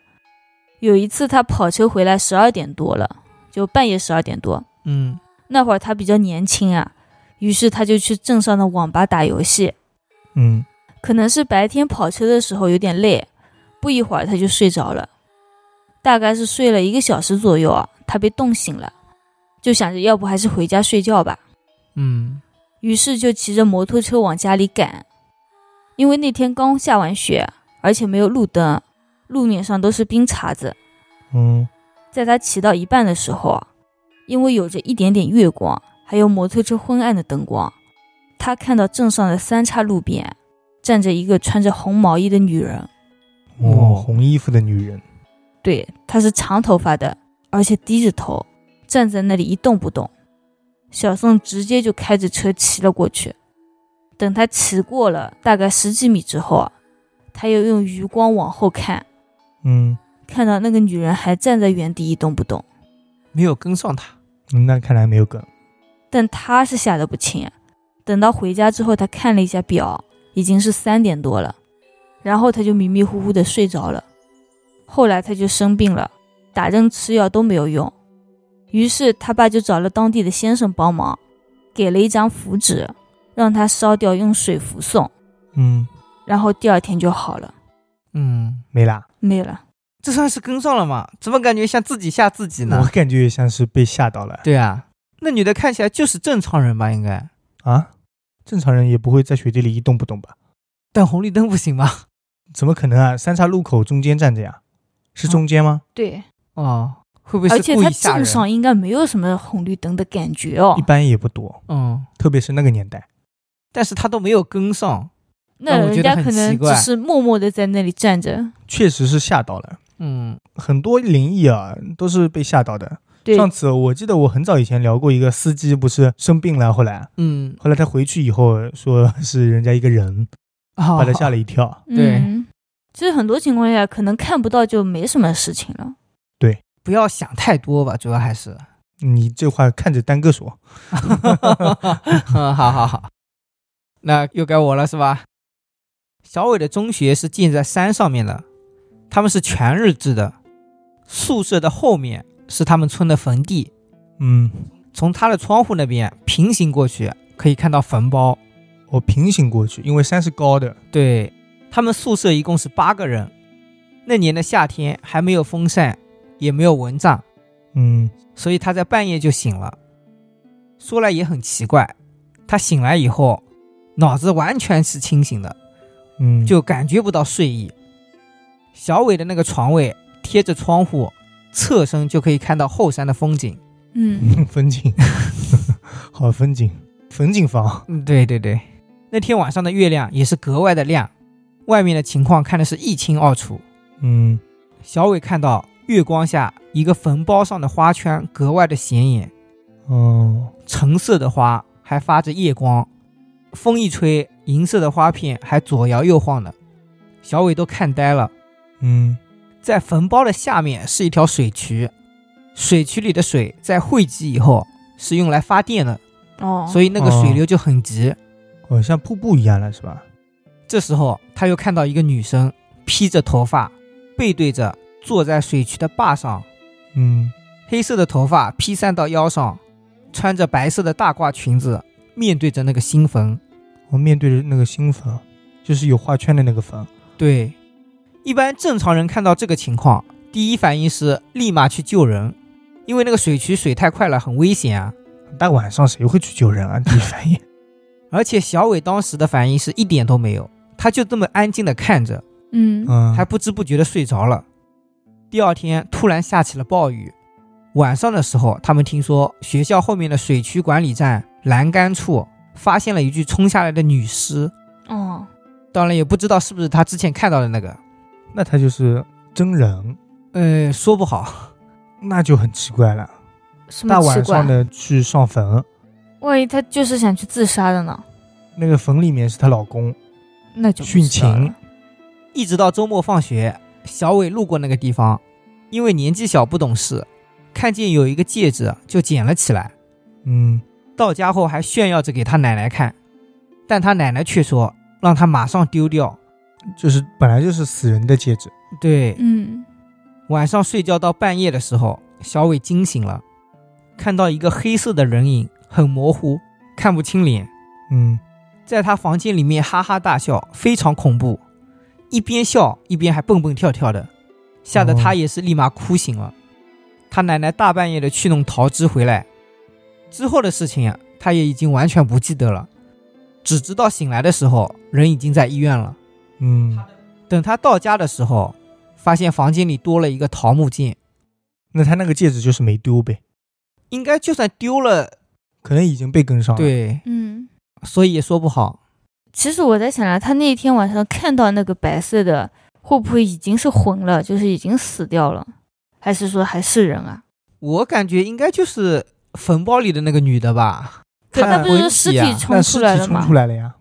Speaker 2: 有一次他跑车回来十二点多了，就半夜十二点多，
Speaker 3: 嗯，
Speaker 2: 那会儿他比较年轻啊，于是他就去镇上的网吧打游戏。
Speaker 1: 嗯，
Speaker 2: 可能是白天跑车的时候有点累，不一会儿他就睡着了，大概是睡了一个小时左右啊，他被冻醒了，就想着要不还是回家睡觉吧，
Speaker 3: 嗯，
Speaker 2: 于是就骑着摩托车往家里赶。因为那天刚下完雪，而且没有路灯，路面上都是冰碴子。
Speaker 1: 嗯，
Speaker 2: 在他骑到一半的时候啊，因为有着一点点月光，还有摩托车昏暗的灯光，他看到镇上的三岔路边站着一个穿着红毛衣的女人。
Speaker 1: 哦，红衣服的女人，
Speaker 2: 对，她是长头发的，而且低着头，站在那里一动不动。小宋直接就开着车骑了过去。等他骑过了大概十几米之后啊，他又用余光往后看，
Speaker 1: 嗯，
Speaker 2: 看到那个女人还站在原地一动不动。
Speaker 3: 没有跟上他。
Speaker 1: 那看来没有梗。
Speaker 2: 但他是吓得不轻。啊等到回家之后，他看了一下表，已经是三点多了，然后他就迷迷糊糊的睡着了。后来他就生病了，打针吃药都没有用，于是他爸就找了当地的先生帮忙，给了一张符纸，让他烧掉用水服送，
Speaker 1: 嗯，
Speaker 2: 然后第二天就好了，
Speaker 3: 嗯，
Speaker 1: 没啦，
Speaker 2: 没了。
Speaker 3: 这算是跟上了吗？怎么感觉像自己吓自己呢
Speaker 1: 我？感觉也像是被吓到了
Speaker 3: 对啊，那女的看起来就是正常人吧？应该，
Speaker 1: 啊。正常人也不会在雪地里一动不动吧？
Speaker 3: 但红绿灯不行吧？ [LAUGHS]
Speaker 1: 怎么可能啊？三岔路口中间站着呀？是中间吗？
Speaker 2: 对，
Speaker 3: 哦，会不会
Speaker 2: 而
Speaker 3: 是
Speaker 2: 且
Speaker 3: 故
Speaker 2: 他
Speaker 3: 意吓
Speaker 2: 镇
Speaker 3: 人？
Speaker 2: 上应该没有什么红绿灯的感觉哦
Speaker 1: 一。般也不多，
Speaker 3: 嗯，
Speaker 1: 特别是那个年代。
Speaker 3: 但是他都没有跟上。
Speaker 2: 那
Speaker 3: 那我
Speaker 2: 人
Speaker 3: 觉得
Speaker 2: 家
Speaker 3: 很
Speaker 2: 可能
Speaker 3: 奇
Speaker 2: 只
Speaker 3: 怪
Speaker 2: 是默默的在那里站着。
Speaker 1: 确实是吓到了，
Speaker 3: 嗯
Speaker 1: 很多灵异啊都是被吓到的。
Speaker 2: 对，
Speaker 1: 上次我记得我很早以前聊过一个司机，不是生病了，后来
Speaker 3: 嗯，
Speaker 1: 后来他回去以后说是人家一个人
Speaker 3: 啊
Speaker 1: 把他吓了一跳。
Speaker 3: 对
Speaker 2: 嗯，其实很多情况下可能看不到就没什么事情了。
Speaker 3: 不要想太多吧，主要还是。 [LAUGHS]
Speaker 1: 你这话看着丹哥说，
Speaker 3: 嗯，好好好，那又该我了是吧？小伟的中学是建在山上面的，他们是全日制的，宿舍的后面是他们村的坟地，
Speaker 1: 嗯，
Speaker 3: 从他的窗户那边平行过去，可以看到坟包。
Speaker 1: 我平行过去，因为山是高的，
Speaker 3: 对他们宿舍一共是八个人。那年的夏天还没有风扇，也没有蚊帐，
Speaker 1: 嗯，
Speaker 3: 所以他在半夜就醒了。说来也很奇怪，他醒来以后，脑子完全是清醒的，
Speaker 1: 嗯，
Speaker 3: 就感觉不到睡意。小伟的那个床位贴着窗户，侧身就可以看到后山的风景。
Speaker 1: [LAUGHS]
Speaker 2: 嗯
Speaker 1: 风景， [LAUGHS] 好风景，风景房，
Speaker 3: 嗯，对对对，那天晚上的月亮也是格外的亮，外面的情况看的是一清二楚。
Speaker 1: 嗯
Speaker 3: 小伟看到月光下一个坟包上的花圈格外的显眼，
Speaker 1: 哦，
Speaker 3: 橙色的花还发着夜光，风一吹，银色的花片还左摇右晃的，小伟都看呆了。
Speaker 1: 嗯
Speaker 3: 在坟包的下面是一条水渠，水渠里的水在汇集以后是用来发电的，
Speaker 2: 哦，
Speaker 3: 所以那个水流就很急。
Speaker 1: 好像瀑布一样了，是吧？
Speaker 3: 这时候，他又看到一个女生披着头发，背对着坐在水渠的坝上，
Speaker 1: 嗯
Speaker 3: 黑色的头发披散到腰上，穿着白色的大褂裙子，面对着那个新坟。
Speaker 1: 我面对着那个新房，就是有画圈的那个房。
Speaker 3: 对，一般正常人看到这个情况，第一反应是立马去救人，因为那个水渠水太快了，很危险啊。
Speaker 1: 大晚上谁会去救人啊？第一反应，
Speaker 3: 而且小伟当时的反应是一点都没有，他就这么安静的看着，
Speaker 2: [LAUGHS] 嗯
Speaker 1: 嗯，
Speaker 3: 还不知不觉的睡着了。第二天突然下起了暴雨，晚上的时候，他们听说学校后面的水渠管理站栏杆处发现了一具冲下来的女尸，
Speaker 2: 哦，
Speaker 3: 当然也不知道是不是他之前看到的那个，
Speaker 1: 那他就是真人，
Speaker 3: 呃，说不好。
Speaker 1: 那就很奇怪了。
Speaker 2: 什么
Speaker 1: 大
Speaker 2: 嗯奇
Speaker 1: 晚上
Speaker 2: 怪？
Speaker 1: 的去上坟，
Speaker 2: 万一他就是想去自杀的呢？
Speaker 1: 那个坟里面是她老公，
Speaker 2: 那就不
Speaker 1: 殉
Speaker 2: 知道了
Speaker 1: 情。
Speaker 3: 一直到周末放学，小伟路过那个地方，因为年纪小不懂事，看见有一个戒指就捡了起来。
Speaker 1: 嗯，
Speaker 3: 到家后还炫耀着给他奶奶看，但他奶奶却说让他马上丢掉。
Speaker 1: 就是本来就是死人的戒指，
Speaker 3: 对，
Speaker 2: 嗯
Speaker 3: 晚上睡觉到半夜的时候，小伟惊醒了，看到一个黑色的人影，很模糊，看不清脸，
Speaker 1: 嗯，
Speaker 3: 在他房间里面哈哈大笑，非常恐怖，一边笑一边还蹦蹦跳跳的，吓得他也是立马哭醒了。他奶奶大半夜的去弄桃枝回来，之后的事情啊，他也已经完全不记得了，只知道醒来的时候人已经在医院了。
Speaker 1: 嗯，
Speaker 3: 等他到家的时候，发现房间里多了一个桃木剑，
Speaker 1: 那他那个戒指就是没丢呗，
Speaker 3: 应该就算丢了，
Speaker 1: 可能已经被跟上了。，
Speaker 3: 对，
Speaker 2: 嗯，
Speaker 3: 所以也说不好。
Speaker 2: 其实我在想啊，他那天晚上看到那个白色的，会不会已经是魂了，就是已经死掉了，还是说还是人啊？
Speaker 3: 我感觉应该就是坟包里的那个女的吧。
Speaker 2: 对，
Speaker 3: 看
Speaker 2: 那不
Speaker 3: 魂
Speaker 2: 是尸
Speaker 3: 体啊
Speaker 2: 体冲
Speaker 1: 那
Speaker 2: 出
Speaker 1: 尸
Speaker 2: 来
Speaker 1: 体
Speaker 2: 了
Speaker 1: 冲
Speaker 2: 吗
Speaker 1: 出？来了呀，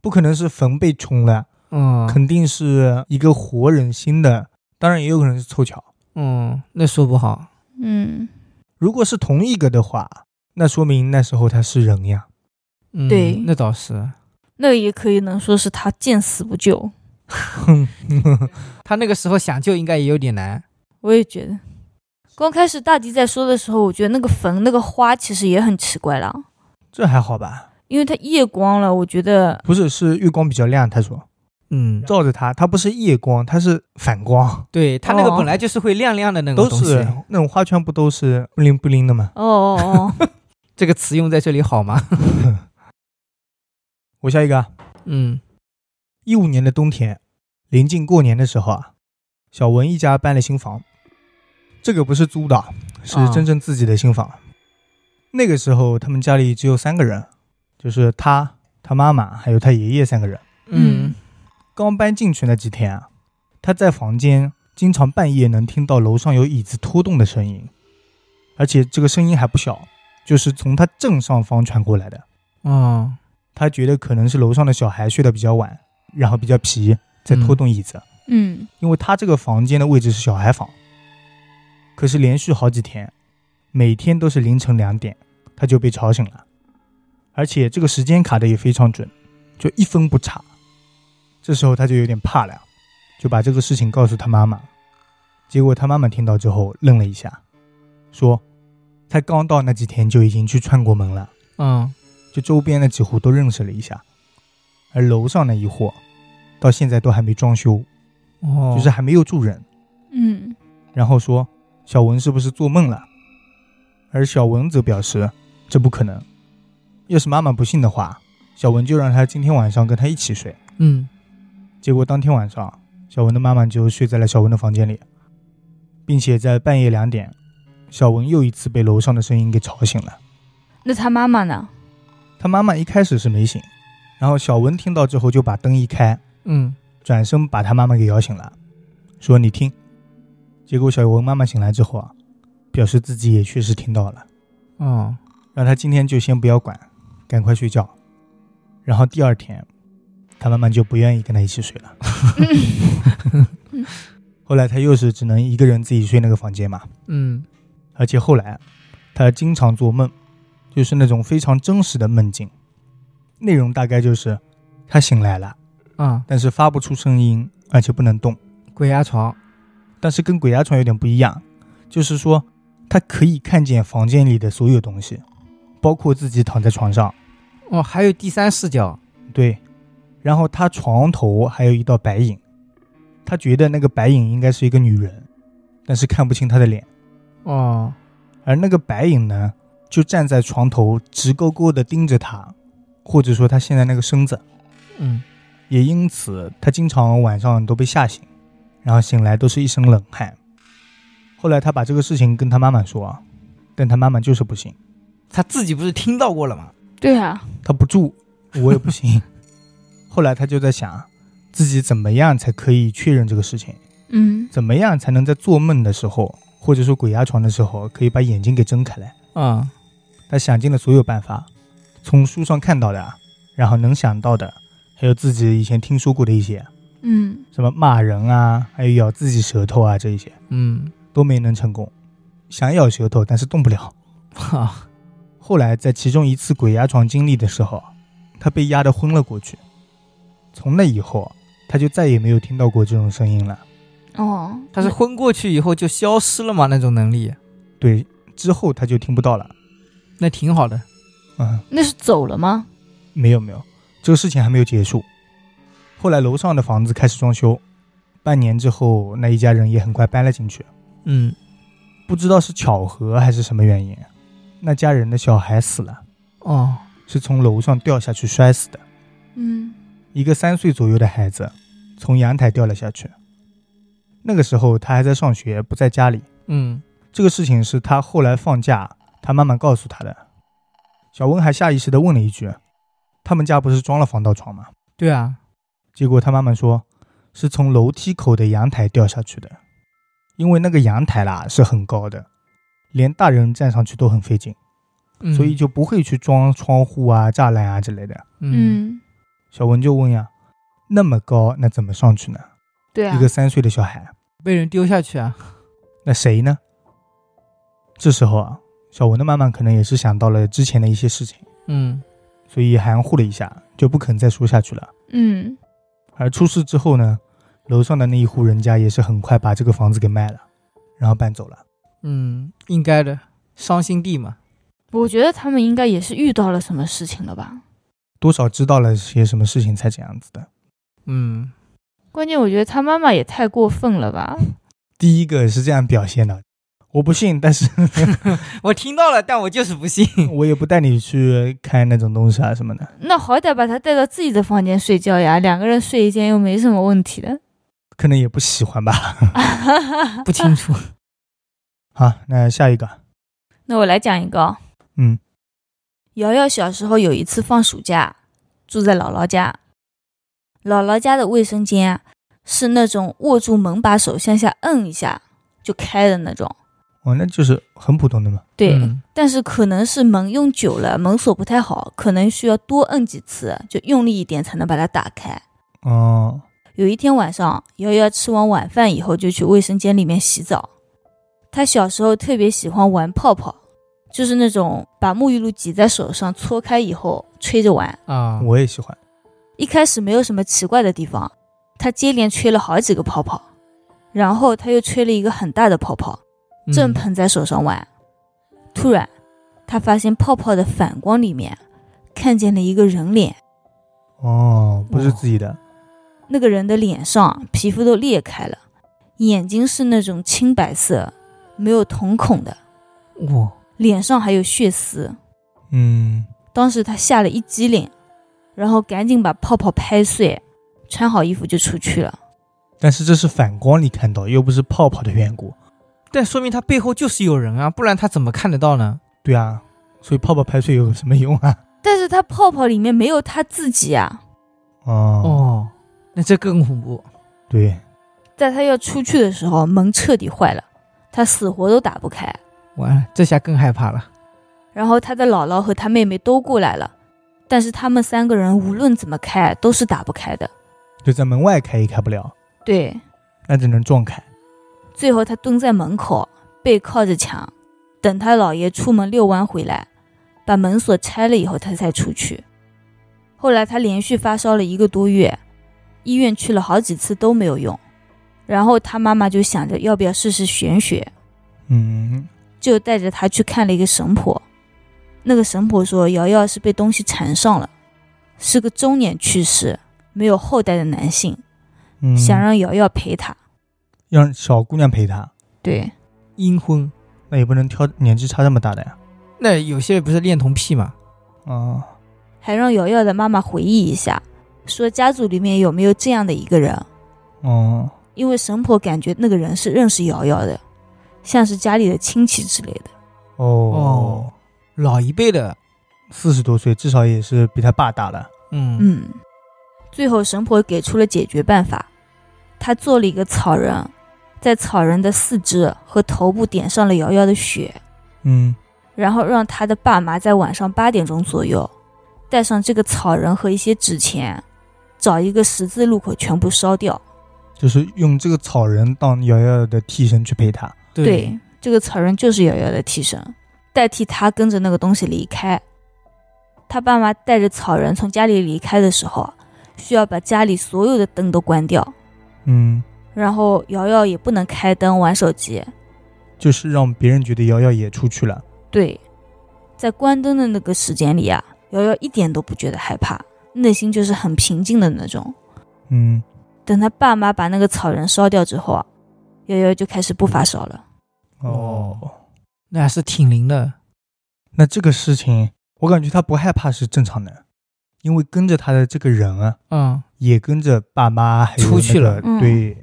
Speaker 1: 不可能是坟被冲了，
Speaker 3: 嗯，
Speaker 1: 肯定是一个活人新的，当然也有可能是凑巧。
Speaker 3: 嗯，那说不好。
Speaker 2: 嗯，
Speaker 1: 如果是同一个的话，那说明那时候他是人呀。
Speaker 3: 嗯，
Speaker 2: 对
Speaker 3: 那倒是。
Speaker 2: 那也可以能说是他见死不救。
Speaker 3: 他那个时候想救应该也有点难。
Speaker 2: 我也觉得，刚开始大迪在说的时候，我觉得那个坟那个花其实也很奇怪了，
Speaker 1: 这还好吧？
Speaker 2: 因为它夜光了，我觉得
Speaker 1: 不是，是月光比较亮。他说
Speaker 3: 嗯，
Speaker 1: 照着他，他不是夜光，他是反光，
Speaker 3: 对他那个
Speaker 2: 哦
Speaker 3: 本来就是会亮亮的那种
Speaker 1: 都
Speaker 3: 东西。
Speaker 1: 是那种花圈，不都是不灵不灵的
Speaker 3: [LAUGHS]
Speaker 1: 吗？ [LAUGHS]
Speaker 2: 哦哦哦，
Speaker 3: 这个词用在这里好吗？
Speaker 1: 我下一个啊，
Speaker 3: 嗯
Speaker 1: 一五年的冬天，临近过年的时候啊，小文一家搬了新房，这个不是租的啊，是
Speaker 3: 啊
Speaker 1: 真正自己的新房。那个时候他们家里只有三个人，就是他、他妈妈还有他爷爷三个人。
Speaker 3: 嗯，
Speaker 1: 刚搬进去那几天啊，他在房间经常半夜能听到楼上有椅子拖动的声音，而且这个声音还不小，就是从他正上方传过来的。
Speaker 3: 哦，
Speaker 1: 他觉得可能是楼上的小孩睡得比较晚，然后比较皮，在拖动椅子。
Speaker 2: [LAUGHS] 嗯
Speaker 1: 因为他这个房间的位置是小孩房，可是连续好几天，每天都是凌晨两点，他就被吵醒了，而且这个时间卡的也非常准，就一分不差。这时候他就有点怕了，就把这个事情告诉他妈妈。结果他妈妈听到之后愣了一下，说：“才刚到那几天就已经去串过门了，
Speaker 3: 嗯，
Speaker 1: 就周边的几户都认识了一下，而楼上那一户到现在都还没装修，
Speaker 3: 哦，
Speaker 1: 就是还没有住人。
Speaker 2: 嗯，
Speaker 1: 然后说小文是不是做梦了？而小文则表示这不可能，要是妈妈不信的话，小文就让她今天晚上跟她一起睡。
Speaker 3: 嗯，
Speaker 1: 结果当天晚上，小文的妈妈就睡在了小文的房间里，并且在半夜两点，小文又一次被楼上的声音给吵醒了。
Speaker 2: 那他妈妈呢？
Speaker 1: 他妈妈一开始是没醒，然后小文听到之后就把灯一开，
Speaker 3: 嗯，
Speaker 1: 转身把他妈妈给摇醒了，说你听。结果小文妈妈醒来之后啊，表示自己也确实听到了，
Speaker 3: 哦，
Speaker 1: 让他今天就先不要管，赶快睡觉。然后第二天，他妈妈就不愿意跟他一起睡了。后来他又是只能一个人自己睡那个房间嘛，
Speaker 3: 嗯，
Speaker 1: 而且后来他经常做梦，就是那种非常真实的梦境，内容大概就是他醒来了，
Speaker 3: 啊，
Speaker 1: 但是发不出声音，而且不能动。
Speaker 3: 鬼压床，
Speaker 1: 但是跟鬼压床有点不一样，就是说他可以看见房间里的所有东西，包括自己躺在床上。
Speaker 3: 哦，还有第三视角，
Speaker 1: 对，然后他床头还有一道白影，他觉得那个白影应该是一个女人，但是看不清她的脸，
Speaker 3: 哦，
Speaker 1: 而那个白影呢，就站在床头直勾勾地盯着他，或者说他现在那个身子，
Speaker 3: 嗯，
Speaker 1: 也因此他经常晚上都被吓醒，然后醒来都是一身冷汗。后来他把这个事情跟他妈妈说，啊但他妈妈就是不信，
Speaker 3: 他自己不是听到过了吗？
Speaker 2: [LAUGHS] 对啊，
Speaker 1: 他不住，我也不信。 [LAUGHS] 后来他就在想，自己怎么样才可以确认这个事情。
Speaker 2: 嗯
Speaker 1: 怎么样才能在做梦的时候，或者说鬼压床的时候，可以把眼睛给睁开来？
Speaker 3: 啊，
Speaker 1: 他想尽了所有办法，从书上看到的，啊然后能想到的，还有自己以前听说过的一些，
Speaker 2: 嗯
Speaker 1: 什么骂人啊，还有咬自己舌头啊，这一些
Speaker 3: 嗯， [LAUGHS]
Speaker 1: 都没能成功。想咬舌头，但是动不了。
Speaker 3: 哈，
Speaker 1: 后来在其中一次鬼压床经历的时候，他被压得昏了过去。从那以后，他就再也没有听到过这种声音了。
Speaker 2: 哦，
Speaker 3: 他是昏过去以后就消失了嘛，那种能力，
Speaker 1: 对，之后他就听不到了。
Speaker 3: 那挺好的，
Speaker 1: 嗯。
Speaker 2: 那是走了吗？
Speaker 1: 没有没有，这个事情还没有结束。后来楼上的房子开始装修，半年之后，那一家人也很快搬了进去。
Speaker 3: 嗯，
Speaker 1: 不知道是巧合还是什么原因，那家人的小孩死了，
Speaker 3: 哦，
Speaker 1: 是从楼上掉下去摔死的。
Speaker 2: 嗯
Speaker 1: 一个三岁左右的孩子从阳台掉了下去。那个时候他还在上学，不在家里。
Speaker 3: 嗯，
Speaker 1: 这个事情是他后来放假，他妈妈告诉他的。小温还下意识地问了一句：“他们家不是装了防盗床吗？”
Speaker 3: 对啊，
Speaker 1: 结果他妈妈说，是从楼梯口的阳台掉下去的，因为那个阳台啦是很高的，连大人站上去都很费劲，
Speaker 3: 嗯
Speaker 1: 所以，就不会去装窗户啊、栅栏啊之类的。
Speaker 3: 嗯，
Speaker 1: 小文就问呀，那么高，那怎么上去呢？
Speaker 2: 对啊
Speaker 1: 一个，三岁的小孩，
Speaker 3: 被人丢下去啊，
Speaker 1: 那谁呢？这时候啊，小文的妈妈可能也是想到了之前的一些事情，
Speaker 3: 嗯，
Speaker 1: 所以含糊了一下，就不肯再说下去了。
Speaker 2: 嗯
Speaker 1: 而出事之后呢，楼上的那一户人家也是很快把这个房子给卖了，然后搬走了。
Speaker 3: 嗯，应该的，伤心地嘛，
Speaker 2: 我觉得他们应该也是遇到了什么事情了吧。
Speaker 1: 多少知道了些什么事情才这样子的。
Speaker 3: 嗯，
Speaker 2: 关键我觉得他妈妈也太过分了吧。
Speaker 1: 第一个是这样表现的，我不信，但是
Speaker 3: 我听到了，但我就是
Speaker 1: [LAUGHS]
Speaker 3: 不信，
Speaker 1: 我也不带你去看那种东西啊什么的。
Speaker 2: 那好歹把他带到自己的房间睡觉呀，两个人睡一间又没什么问
Speaker 1: [LAUGHS]
Speaker 2: 题的。
Speaker 1: 可能也不喜欢吧。
Speaker 3: 不清楚，
Speaker 1: 好，那下一个，
Speaker 2: 那我来讲一个、哦，
Speaker 1: 嗯，
Speaker 2: 瑶瑶小时候有一次放暑假，住在姥姥家。姥姥家的卫生间啊，是那种握住门把手向下摁一下就开的那种。
Speaker 1: 哦，那就是很普通的嘛。
Speaker 2: [LAUGHS] 对，
Speaker 3: 嗯
Speaker 2: 但是可能是门用久了，门锁不太好，可能需要多摁几次，就用力一点才能把它打开。
Speaker 1: 哦，
Speaker 2: 有一天晚上，瑶瑶吃完晚饭以后就去卫生间里面洗澡。她小时候特别喜欢玩泡泡，就是那种把沐浴露挤在手上搓开以后吹着玩。
Speaker 3: 啊，
Speaker 1: 我也喜欢。
Speaker 2: 一开始没有什么奇怪的地方，她接连吹了好几个泡泡，然后他又吹了一个很大的泡泡，正
Speaker 3: 嗯
Speaker 2: 捧在手上玩。突然，他发现泡泡的反光里面看见了一个人脸，
Speaker 1: 哦，不是自己的，
Speaker 2: 那个人的脸上皮肤都裂开了，眼睛是那种青白色，没有瞳孔的，
Speaker 3: 哇，
Speaker 2: 脸上还有血丝。
Speaker 1: 嗯，
Speaker 2: 当时他吓了一激灵，然后赶紧把泡泡拍碎，穿好衣服就出去了。
Speaker 1: 但是这是反光里看到，又不是泡泡的缘故。
Speaker 3: 但说明他背后就是有人啊，不然他怎么看得到呢？
Speaker 1: 对啊，所以泡泡拍碎有什么用啊？
Speaker 2: 但是他泡泡里面没有他自己啊，
Speaker 1: 哦，
Speaker 3: 哦，那这更恐怖。
Speaker 1: 对，
Speaker 2: 在他要出去的时候，门彻底坏了，他死活都打不开。
Speaker 3: 完了，这下更害怕了。
Speaker 2: 然后他的姥姥和他妹妹都过来了，但是他们三个人无论怎么开都是打不开的。
Speaker 1: 就在门外开也开不了，
Speaker 2: 对，
Speaker 1: 那只能撞开。
Speaker 2: 最后他蹲在门口，背靠着墙，等他姥爷出门遛弯回来，把门锁拆了以后，他才出去。后来他连续发烧了一个多月，医院去了好几次都没有用，然后他妈妈就想着要不要试试玄学，
Speaker 1: 嗯，
Speaker 2: 就带着他去看了一个神婆。那个神婆说，瑶瑶是被东西缠上了，是个中年去世、没有后代的男性，
Speaker 1: 嗯
Speaker 2: 想让瑶瑶陪他。
Speaker 1: 让小姑娘陪她，
Speaker 2: 对，
Speaker 3: 阴婚，
Speaker 1: 那也不能挑年纪差这么大的呀。
Speaker 3: 那有些不是恋童癖嘛？
Speaker 1: 哦，
Speaker 2: 还让瑶瑶的妈妈回忆一下，说家族里面有没有这样的一个人，
Speaker 1: 哦，
Speaker 2: 因为神婆感觉那个人是认识瑶瑶的，像是家里的亲戚之类的。
Speaker 1: 哦，
Speaker 3: 哦老一辈的，
Speaker 1: 四十多岁，至少也是比他爸大了。
Speaker 3: 嗯，
Speaker 2: 嗯，最后神婆给出了解决办法，她做了一个草人，在草人的四肢和头部点上了瑶瑶的血，
Speaker 1: 嗯，
Speaker 2: 然后让她的爸妈在晚上八点钟左右，带上这个草人和一些纸钱，找一个十字路口全部烧掉。
Speaker 1: 就是用这个草人当瑶瑶的替身去陪她。
Speaker 3: 对，
Speaker 2: 对，这个草人就是瑶瑶的替身，代替他跟着那个东西离开。他爸妈带着草人从家里离开的时候，需要把家里所有的灯都关掉，
Speaker 1: 嗯，
Speaker 2: 然后瑶瑶也不能开灯玩手机。
Speaker 1: 就是让别人觉得瑶瑶也出去了。
Speaker 2: 对，在关灯的那个时间里啊，瑶瑶一点都不觉得害怕，内心就是很平静的那种。
Speaker 1: 嗯，
Speaker 2: 等他爸妈把那个草人烧掉之后啊，瑶瑶就开始不发烧了。
Speaker 1: 哦，
Speaker 3: 那还是挺灵的。
Speaker 1: 那这个事情，我感觉他不害怕是正常的，因为跟着他的这个人啊，
Speaker 3: 嗯，
Speaker 1: 也跟着爸妈还有
Speaker 3: 出去
Speaker 1: 那个
Speaker 3: 了
Speaker 2: 嗯
Speaker 1: 对，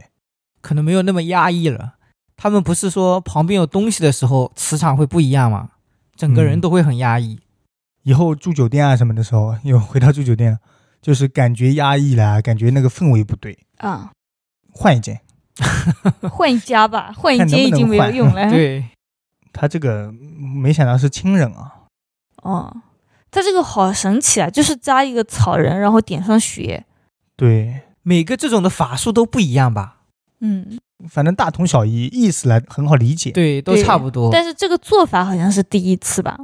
Speaker 3: 可能没有那么压抑了。他们不是说旁边有东西的时候磁场会不一样吗？整个人
Speaker 1: 嗯
Speaker 3: 都会很压抑。
Speaker 1: 以后住酒店啊什么的时候，又回到住酒店了，就是感觉压抑啦，感觉那个氛围不对，
Speaker 2: 啊、
Speaker 1: 换一间。
Speaker 2: 换一家吧，换一
Speaker 1: 看能
Speaker 2: 间已
Speaker 1: 不能
Speaker 2: 经没有
Speaker 1: 换
Speaker 2: 用
Speaker 3: [LAUGHS]
Speaker 2: 了。
Speaker 3: 对，
Speaker 1: 他这个嗯没想到是亲人啊，
Speaker 2: 哦，它这个好神奇啊！就是扎一个草人，然后点上血。
Speaker 1: 对，
Speaker 3: 每个这种的法术都不一样吧？
Speaker 2: 嗯，
Speaker 1: 反正大同小异，意思来很好理解。
Speaker 3: 对，都
Speaker 2: 对
Speaker 3: 差不多。
Speaker 2: 但是这个做法好像是第一次吧？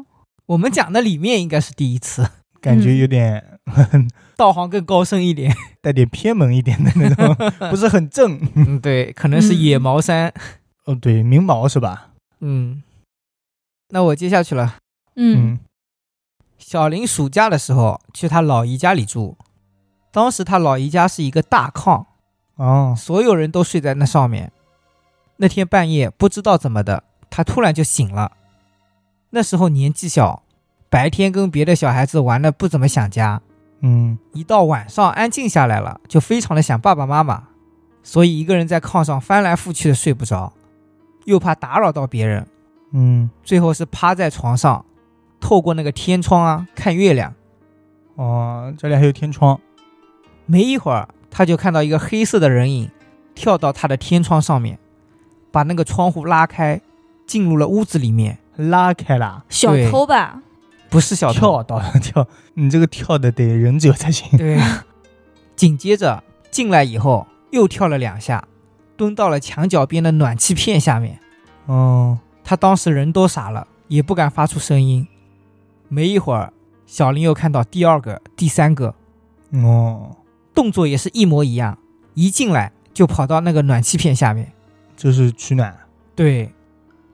Speaker 3: 我们讲的里面应该是第一次，
Speaker 1: 感觉有点、
Speaker 3: 嗯道行更高深一点。
Speaker 1: 带点偏门一点的那
Speaker 3: [LAUGHS]
Speaker 1: 种，不是很正。
Speaker 3: 嗯，对，可能是野毛山。
Speaker 1: 哦，对，明毛是吧？
Speaker 3: 嗯，那我接下去了。
Speaker 2: 嗯，
Speaker 3: 小林暑假的时候去他老姨家里住，当时他老姨家是一个大炕，
Speaker 1: 哦，
Speaker 3: 所有人都睡在那上面。那天半夜不知道怎么的，他突然就醒了。那时候年纪小，白天跟别的小孩子玩的不怎么想家，
Speaker 1: 嗯
Speaker 3: 一到晚上安静下来了，就非常的想爸爸妈妈，所以一个人在炕上翻来覆去的睡不着，又怕打扰到别人，
Speaker 1: 嗯，
Speaker 3: 最后是趴在床上，透过那个天窗啊看月亮。
Speaker 1: 哦，这里还有天窗，
Speaker 3: 没一会儿，他就看到一个黑色的人影跳到他的天窗上面，把那个窗户拉开，进入了屋子里面。
Speaker 1: 拉开了， [LAUGHS]
Speaker 2: 小
Speaker 3: 对
Speaker 2: 偷吧？
Speaker 3: 不是小偷，
Speaker 1: 跳到跳，你这个跳的得忍者才行。
Speaker 3: 对。紧接着进来以后，又跳了两下，蹲到了墙角边的暖气片下面。
Speaker 1: 哦，
Speaker 3: 他当时人都傻了，也不敢发出声音。没一会儿，小林又看到第二个、第三个，
Speaker 1: 哦，
Speaker 3: 动作也是一模一样，一进来就跑到那个暖气片下面，
Speaker 1: 这是取暖。
Speaker 3: 对，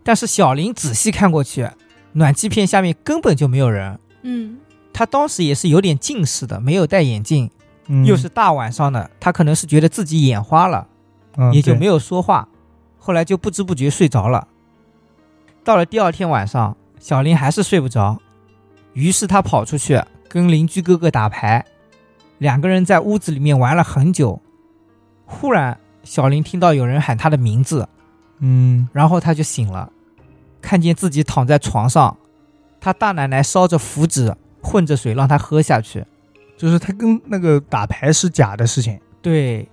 Speaker 3: 但是小林仔细看过去，暖气片下面根本就没有人。
Speaker 2: 嗯，
Speaker 3: 他当时也是有点近视的，没有戴眼镜，
Speaker 1: 嗯，
Speaker 3: 又是大晚上的，他可能是觉得自己眼花了，
Speaker 1: 嗯
Speaker 3: 也就没
Speaker 1: 有
Speaker 3: 有说话。后来就不知不觉睡着了。到了第二天晚上，小林还是睡不着，于是他跑出去跟邻居哥哥打牌，两个人在屋子里面玩了很久。忽然，小林听到有人喊他的名字，
Speaker 1: 嗯
Speaker 3: 然后他就醒了，看见自己躺在床上，他大奶奶烧着符纸，混着水让他喝下去。
Speaker 1: 就是他跟那个打牌是假的事情，
Speaker 3: 对，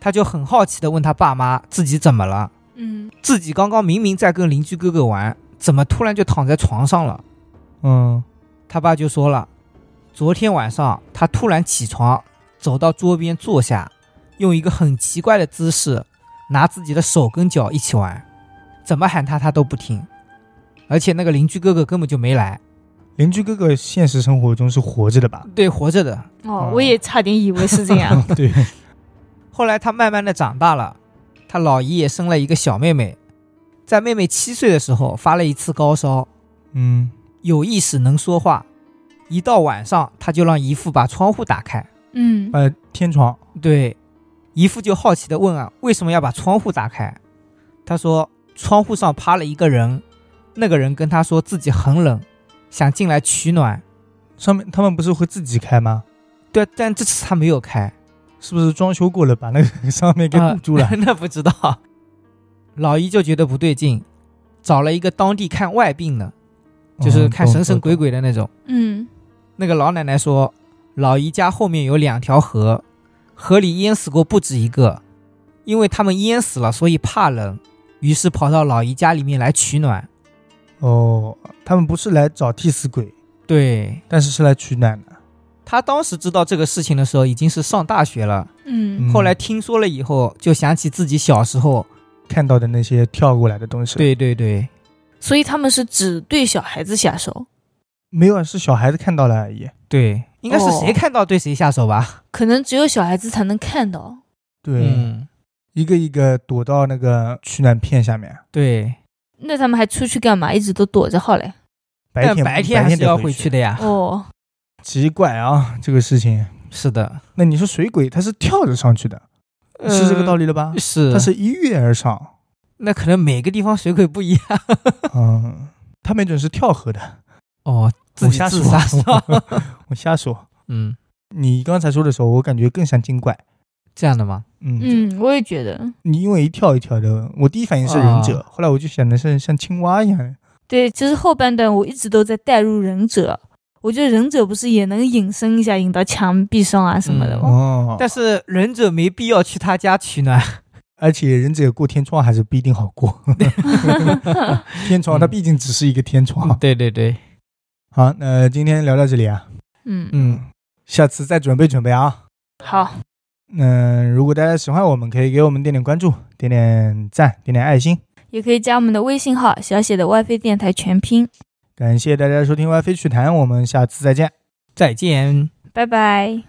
Speaker 3: 他就很好奇的问他爸妈自己怎么了，
Speaker 2: 嗯，
Speaker 3: 自己刚刚明明在跟邻居哥哥玩，怎么突然就躺在床上了？
Speaker 1: 嗯
Speaker 3: 他爸就说了，昨天晚上他突然起床，走到桌边坐下，用一个很奇怪的姿势，拿自己的手跟脚一起玩，怎么喊他他都不听，而且那个邻居哥哥根本就没来，
Speaker 1: 邻居哥哥现实生活中是活着的吧？
Speaker 3: 对，活着的。
Speaker 2: 哦
Speaker 1: 哦，
Speaker 2: 我也差点以为是这
Speaker 1: [LAUGHS]
Speaker 2: 样。
Speaker 1: 对，
Speaker 3: 后来他慢慢的长大了，他老姨也生了一个小妹妹，在妹妹七岁的时候发了一次高烧，
Speaker 1: 嗯
Speaker 3: 有意识能说话，一到晚上他就让姨父把窗户打开，
Speaker 2: 嗯
Speaker 1: 呃天窗，
Speaker 3: 对，姨父就好奇的问啊，为什么要把窗户打开？他说窗户上趴了一个人，那个人跟他说自己很冷，想进来取暖，
Speaker 1: 上面他们不是会自己开吗？
Speaker 3: 对，但这次他没有开，
Speaker 1: 是不是装修过了，把那个 [LAUGHS] 上面给堵住了
Speaker 3: 啊？ [LAUGHS] 那不知道。老姨就觉得不对劲，找了一个当地看外病的，就是
Speaker 1: 嗯
Speaker 3: 看神神鬼。鬼的那种。
Speaker 2: 嗯
Speaker 3: 那个老奶奶说，老姨家后面有两条河，河里淹死过不止一个，因为他们淹死了，所以怕冷，于是跑到老姨家里面来取暖。
Speaker 1: 懂懂懂哦，他们不是来找替死鬼，
Speaker 3: 对
Speaker 1: 但是是来取暖的。
Speaker 3: 她当时知道这个事情的时候，已经是上大学了。
Speaker 2: 嗯
Speaker 1: 嗯
Speaker 3: 后来听说了以后，就想起自己小时候，
Speaker 1: 看到的那些跳过来的东西，，
Speaker 3: 对对对，
Speaker 2: 所以他们是只对小孩子下手，
Speaker 1: 没有啊，是小孩子看到了而已。
Speaker 3: 对，应该是
Speaker 2: 哦
Speaker 3: 谁看到对谁下手吧？
Speaker 2: 可能只有小孩子才能看到。
Speaker 1: 对，
Speaker 3: 嗯，
Speaker 1: 一个一个躲到那个取暖片下面，
Speaker 3: 对。
Speaker 2: 那他们还出去干嘛？一直都躲着好嘞。
Speaker 1: 白天
Speaker 3: 但
Speaker 1: 白
Speaker 3: 白天还是要
Speaker 1: 回
Speaker 3: 回去。的呀。
Speaker 2: 哦，
Speaker 1: 奇怪啊，这个事情。
Speaker 3: 是的，
Speaker 1: 那你说水鬼他是跳着上去的，是这个道理了吧
Speaker 3: 理。？嗯是，
Speaker 1: 他是一跃而
Speaker 3: [LAUGHS]
Speaker 1: 上，
Speaker 3: 那可能每个地方水鬼不一样。
Speaker 1: 嗯，他没准是跳河的。
Speaker 3: 哦，自
Speaker 1: 我
Speaker 3: 己
Speaker 1: 瞎
Speaker 3: 自
Speaker 1: 说
Speaker 3: 杀是
Speaker 1: [LAUGHS]
Speaker 3: 吧？
Speaker 1: 我瞎说。
Speaker 3: 嗯，
Speaker 1: 你刚才说的时候，我感觉更像精怪。
Speaker 3: 这样的吗？
Speaker 1: 嗯，
Speaker 2: 嗯，我也觉得，
Speaker 1: 你因为一跳一跳的，我第一反应是忍者，
Speaker 3: 啊
Speaker 1: 后来我就想的是像青蛙一样。
Speaker 2: 对，其实后半段我一直都在带入忍者。我觉得忍者不是也能隐身一下，引到墙壁上啊什么的
Speaker 3: 嗯
Speaker 2: 吗？
Speaker 1: 哦，
Speaker 3: 但是忍者没必要去他家取暖。
Speaker 1: 而且忍者过天窗还是不一定好
Speaker 3: [LAUGHS]
Speaker 1: 过。天窗，
Speaker 3: 嗯
Speaker 1: 它毕竟只是一个天窗。
Speaker 3: [LAUGHS] 对对对，
Speaker 1: 好，那今天聊到这里啊，
Speaker 2: 嗯
Speaker 3: 嗯，
Speaker 1: 下次再准备准备啊。
Speaker 2: 好，
Speaker 1: 那如果大家喜欢我们，可以给我们点点关注，点点赞，点点爱心。
Speaker 2: 也可以加我们的微信号，小写的 WiFi 电台全拼。
Speaker 1: 感谢大家收听《歪飞趣谈》，我们下次再见。
Speaker 3: 再见。
Speaker 2: 拜拜。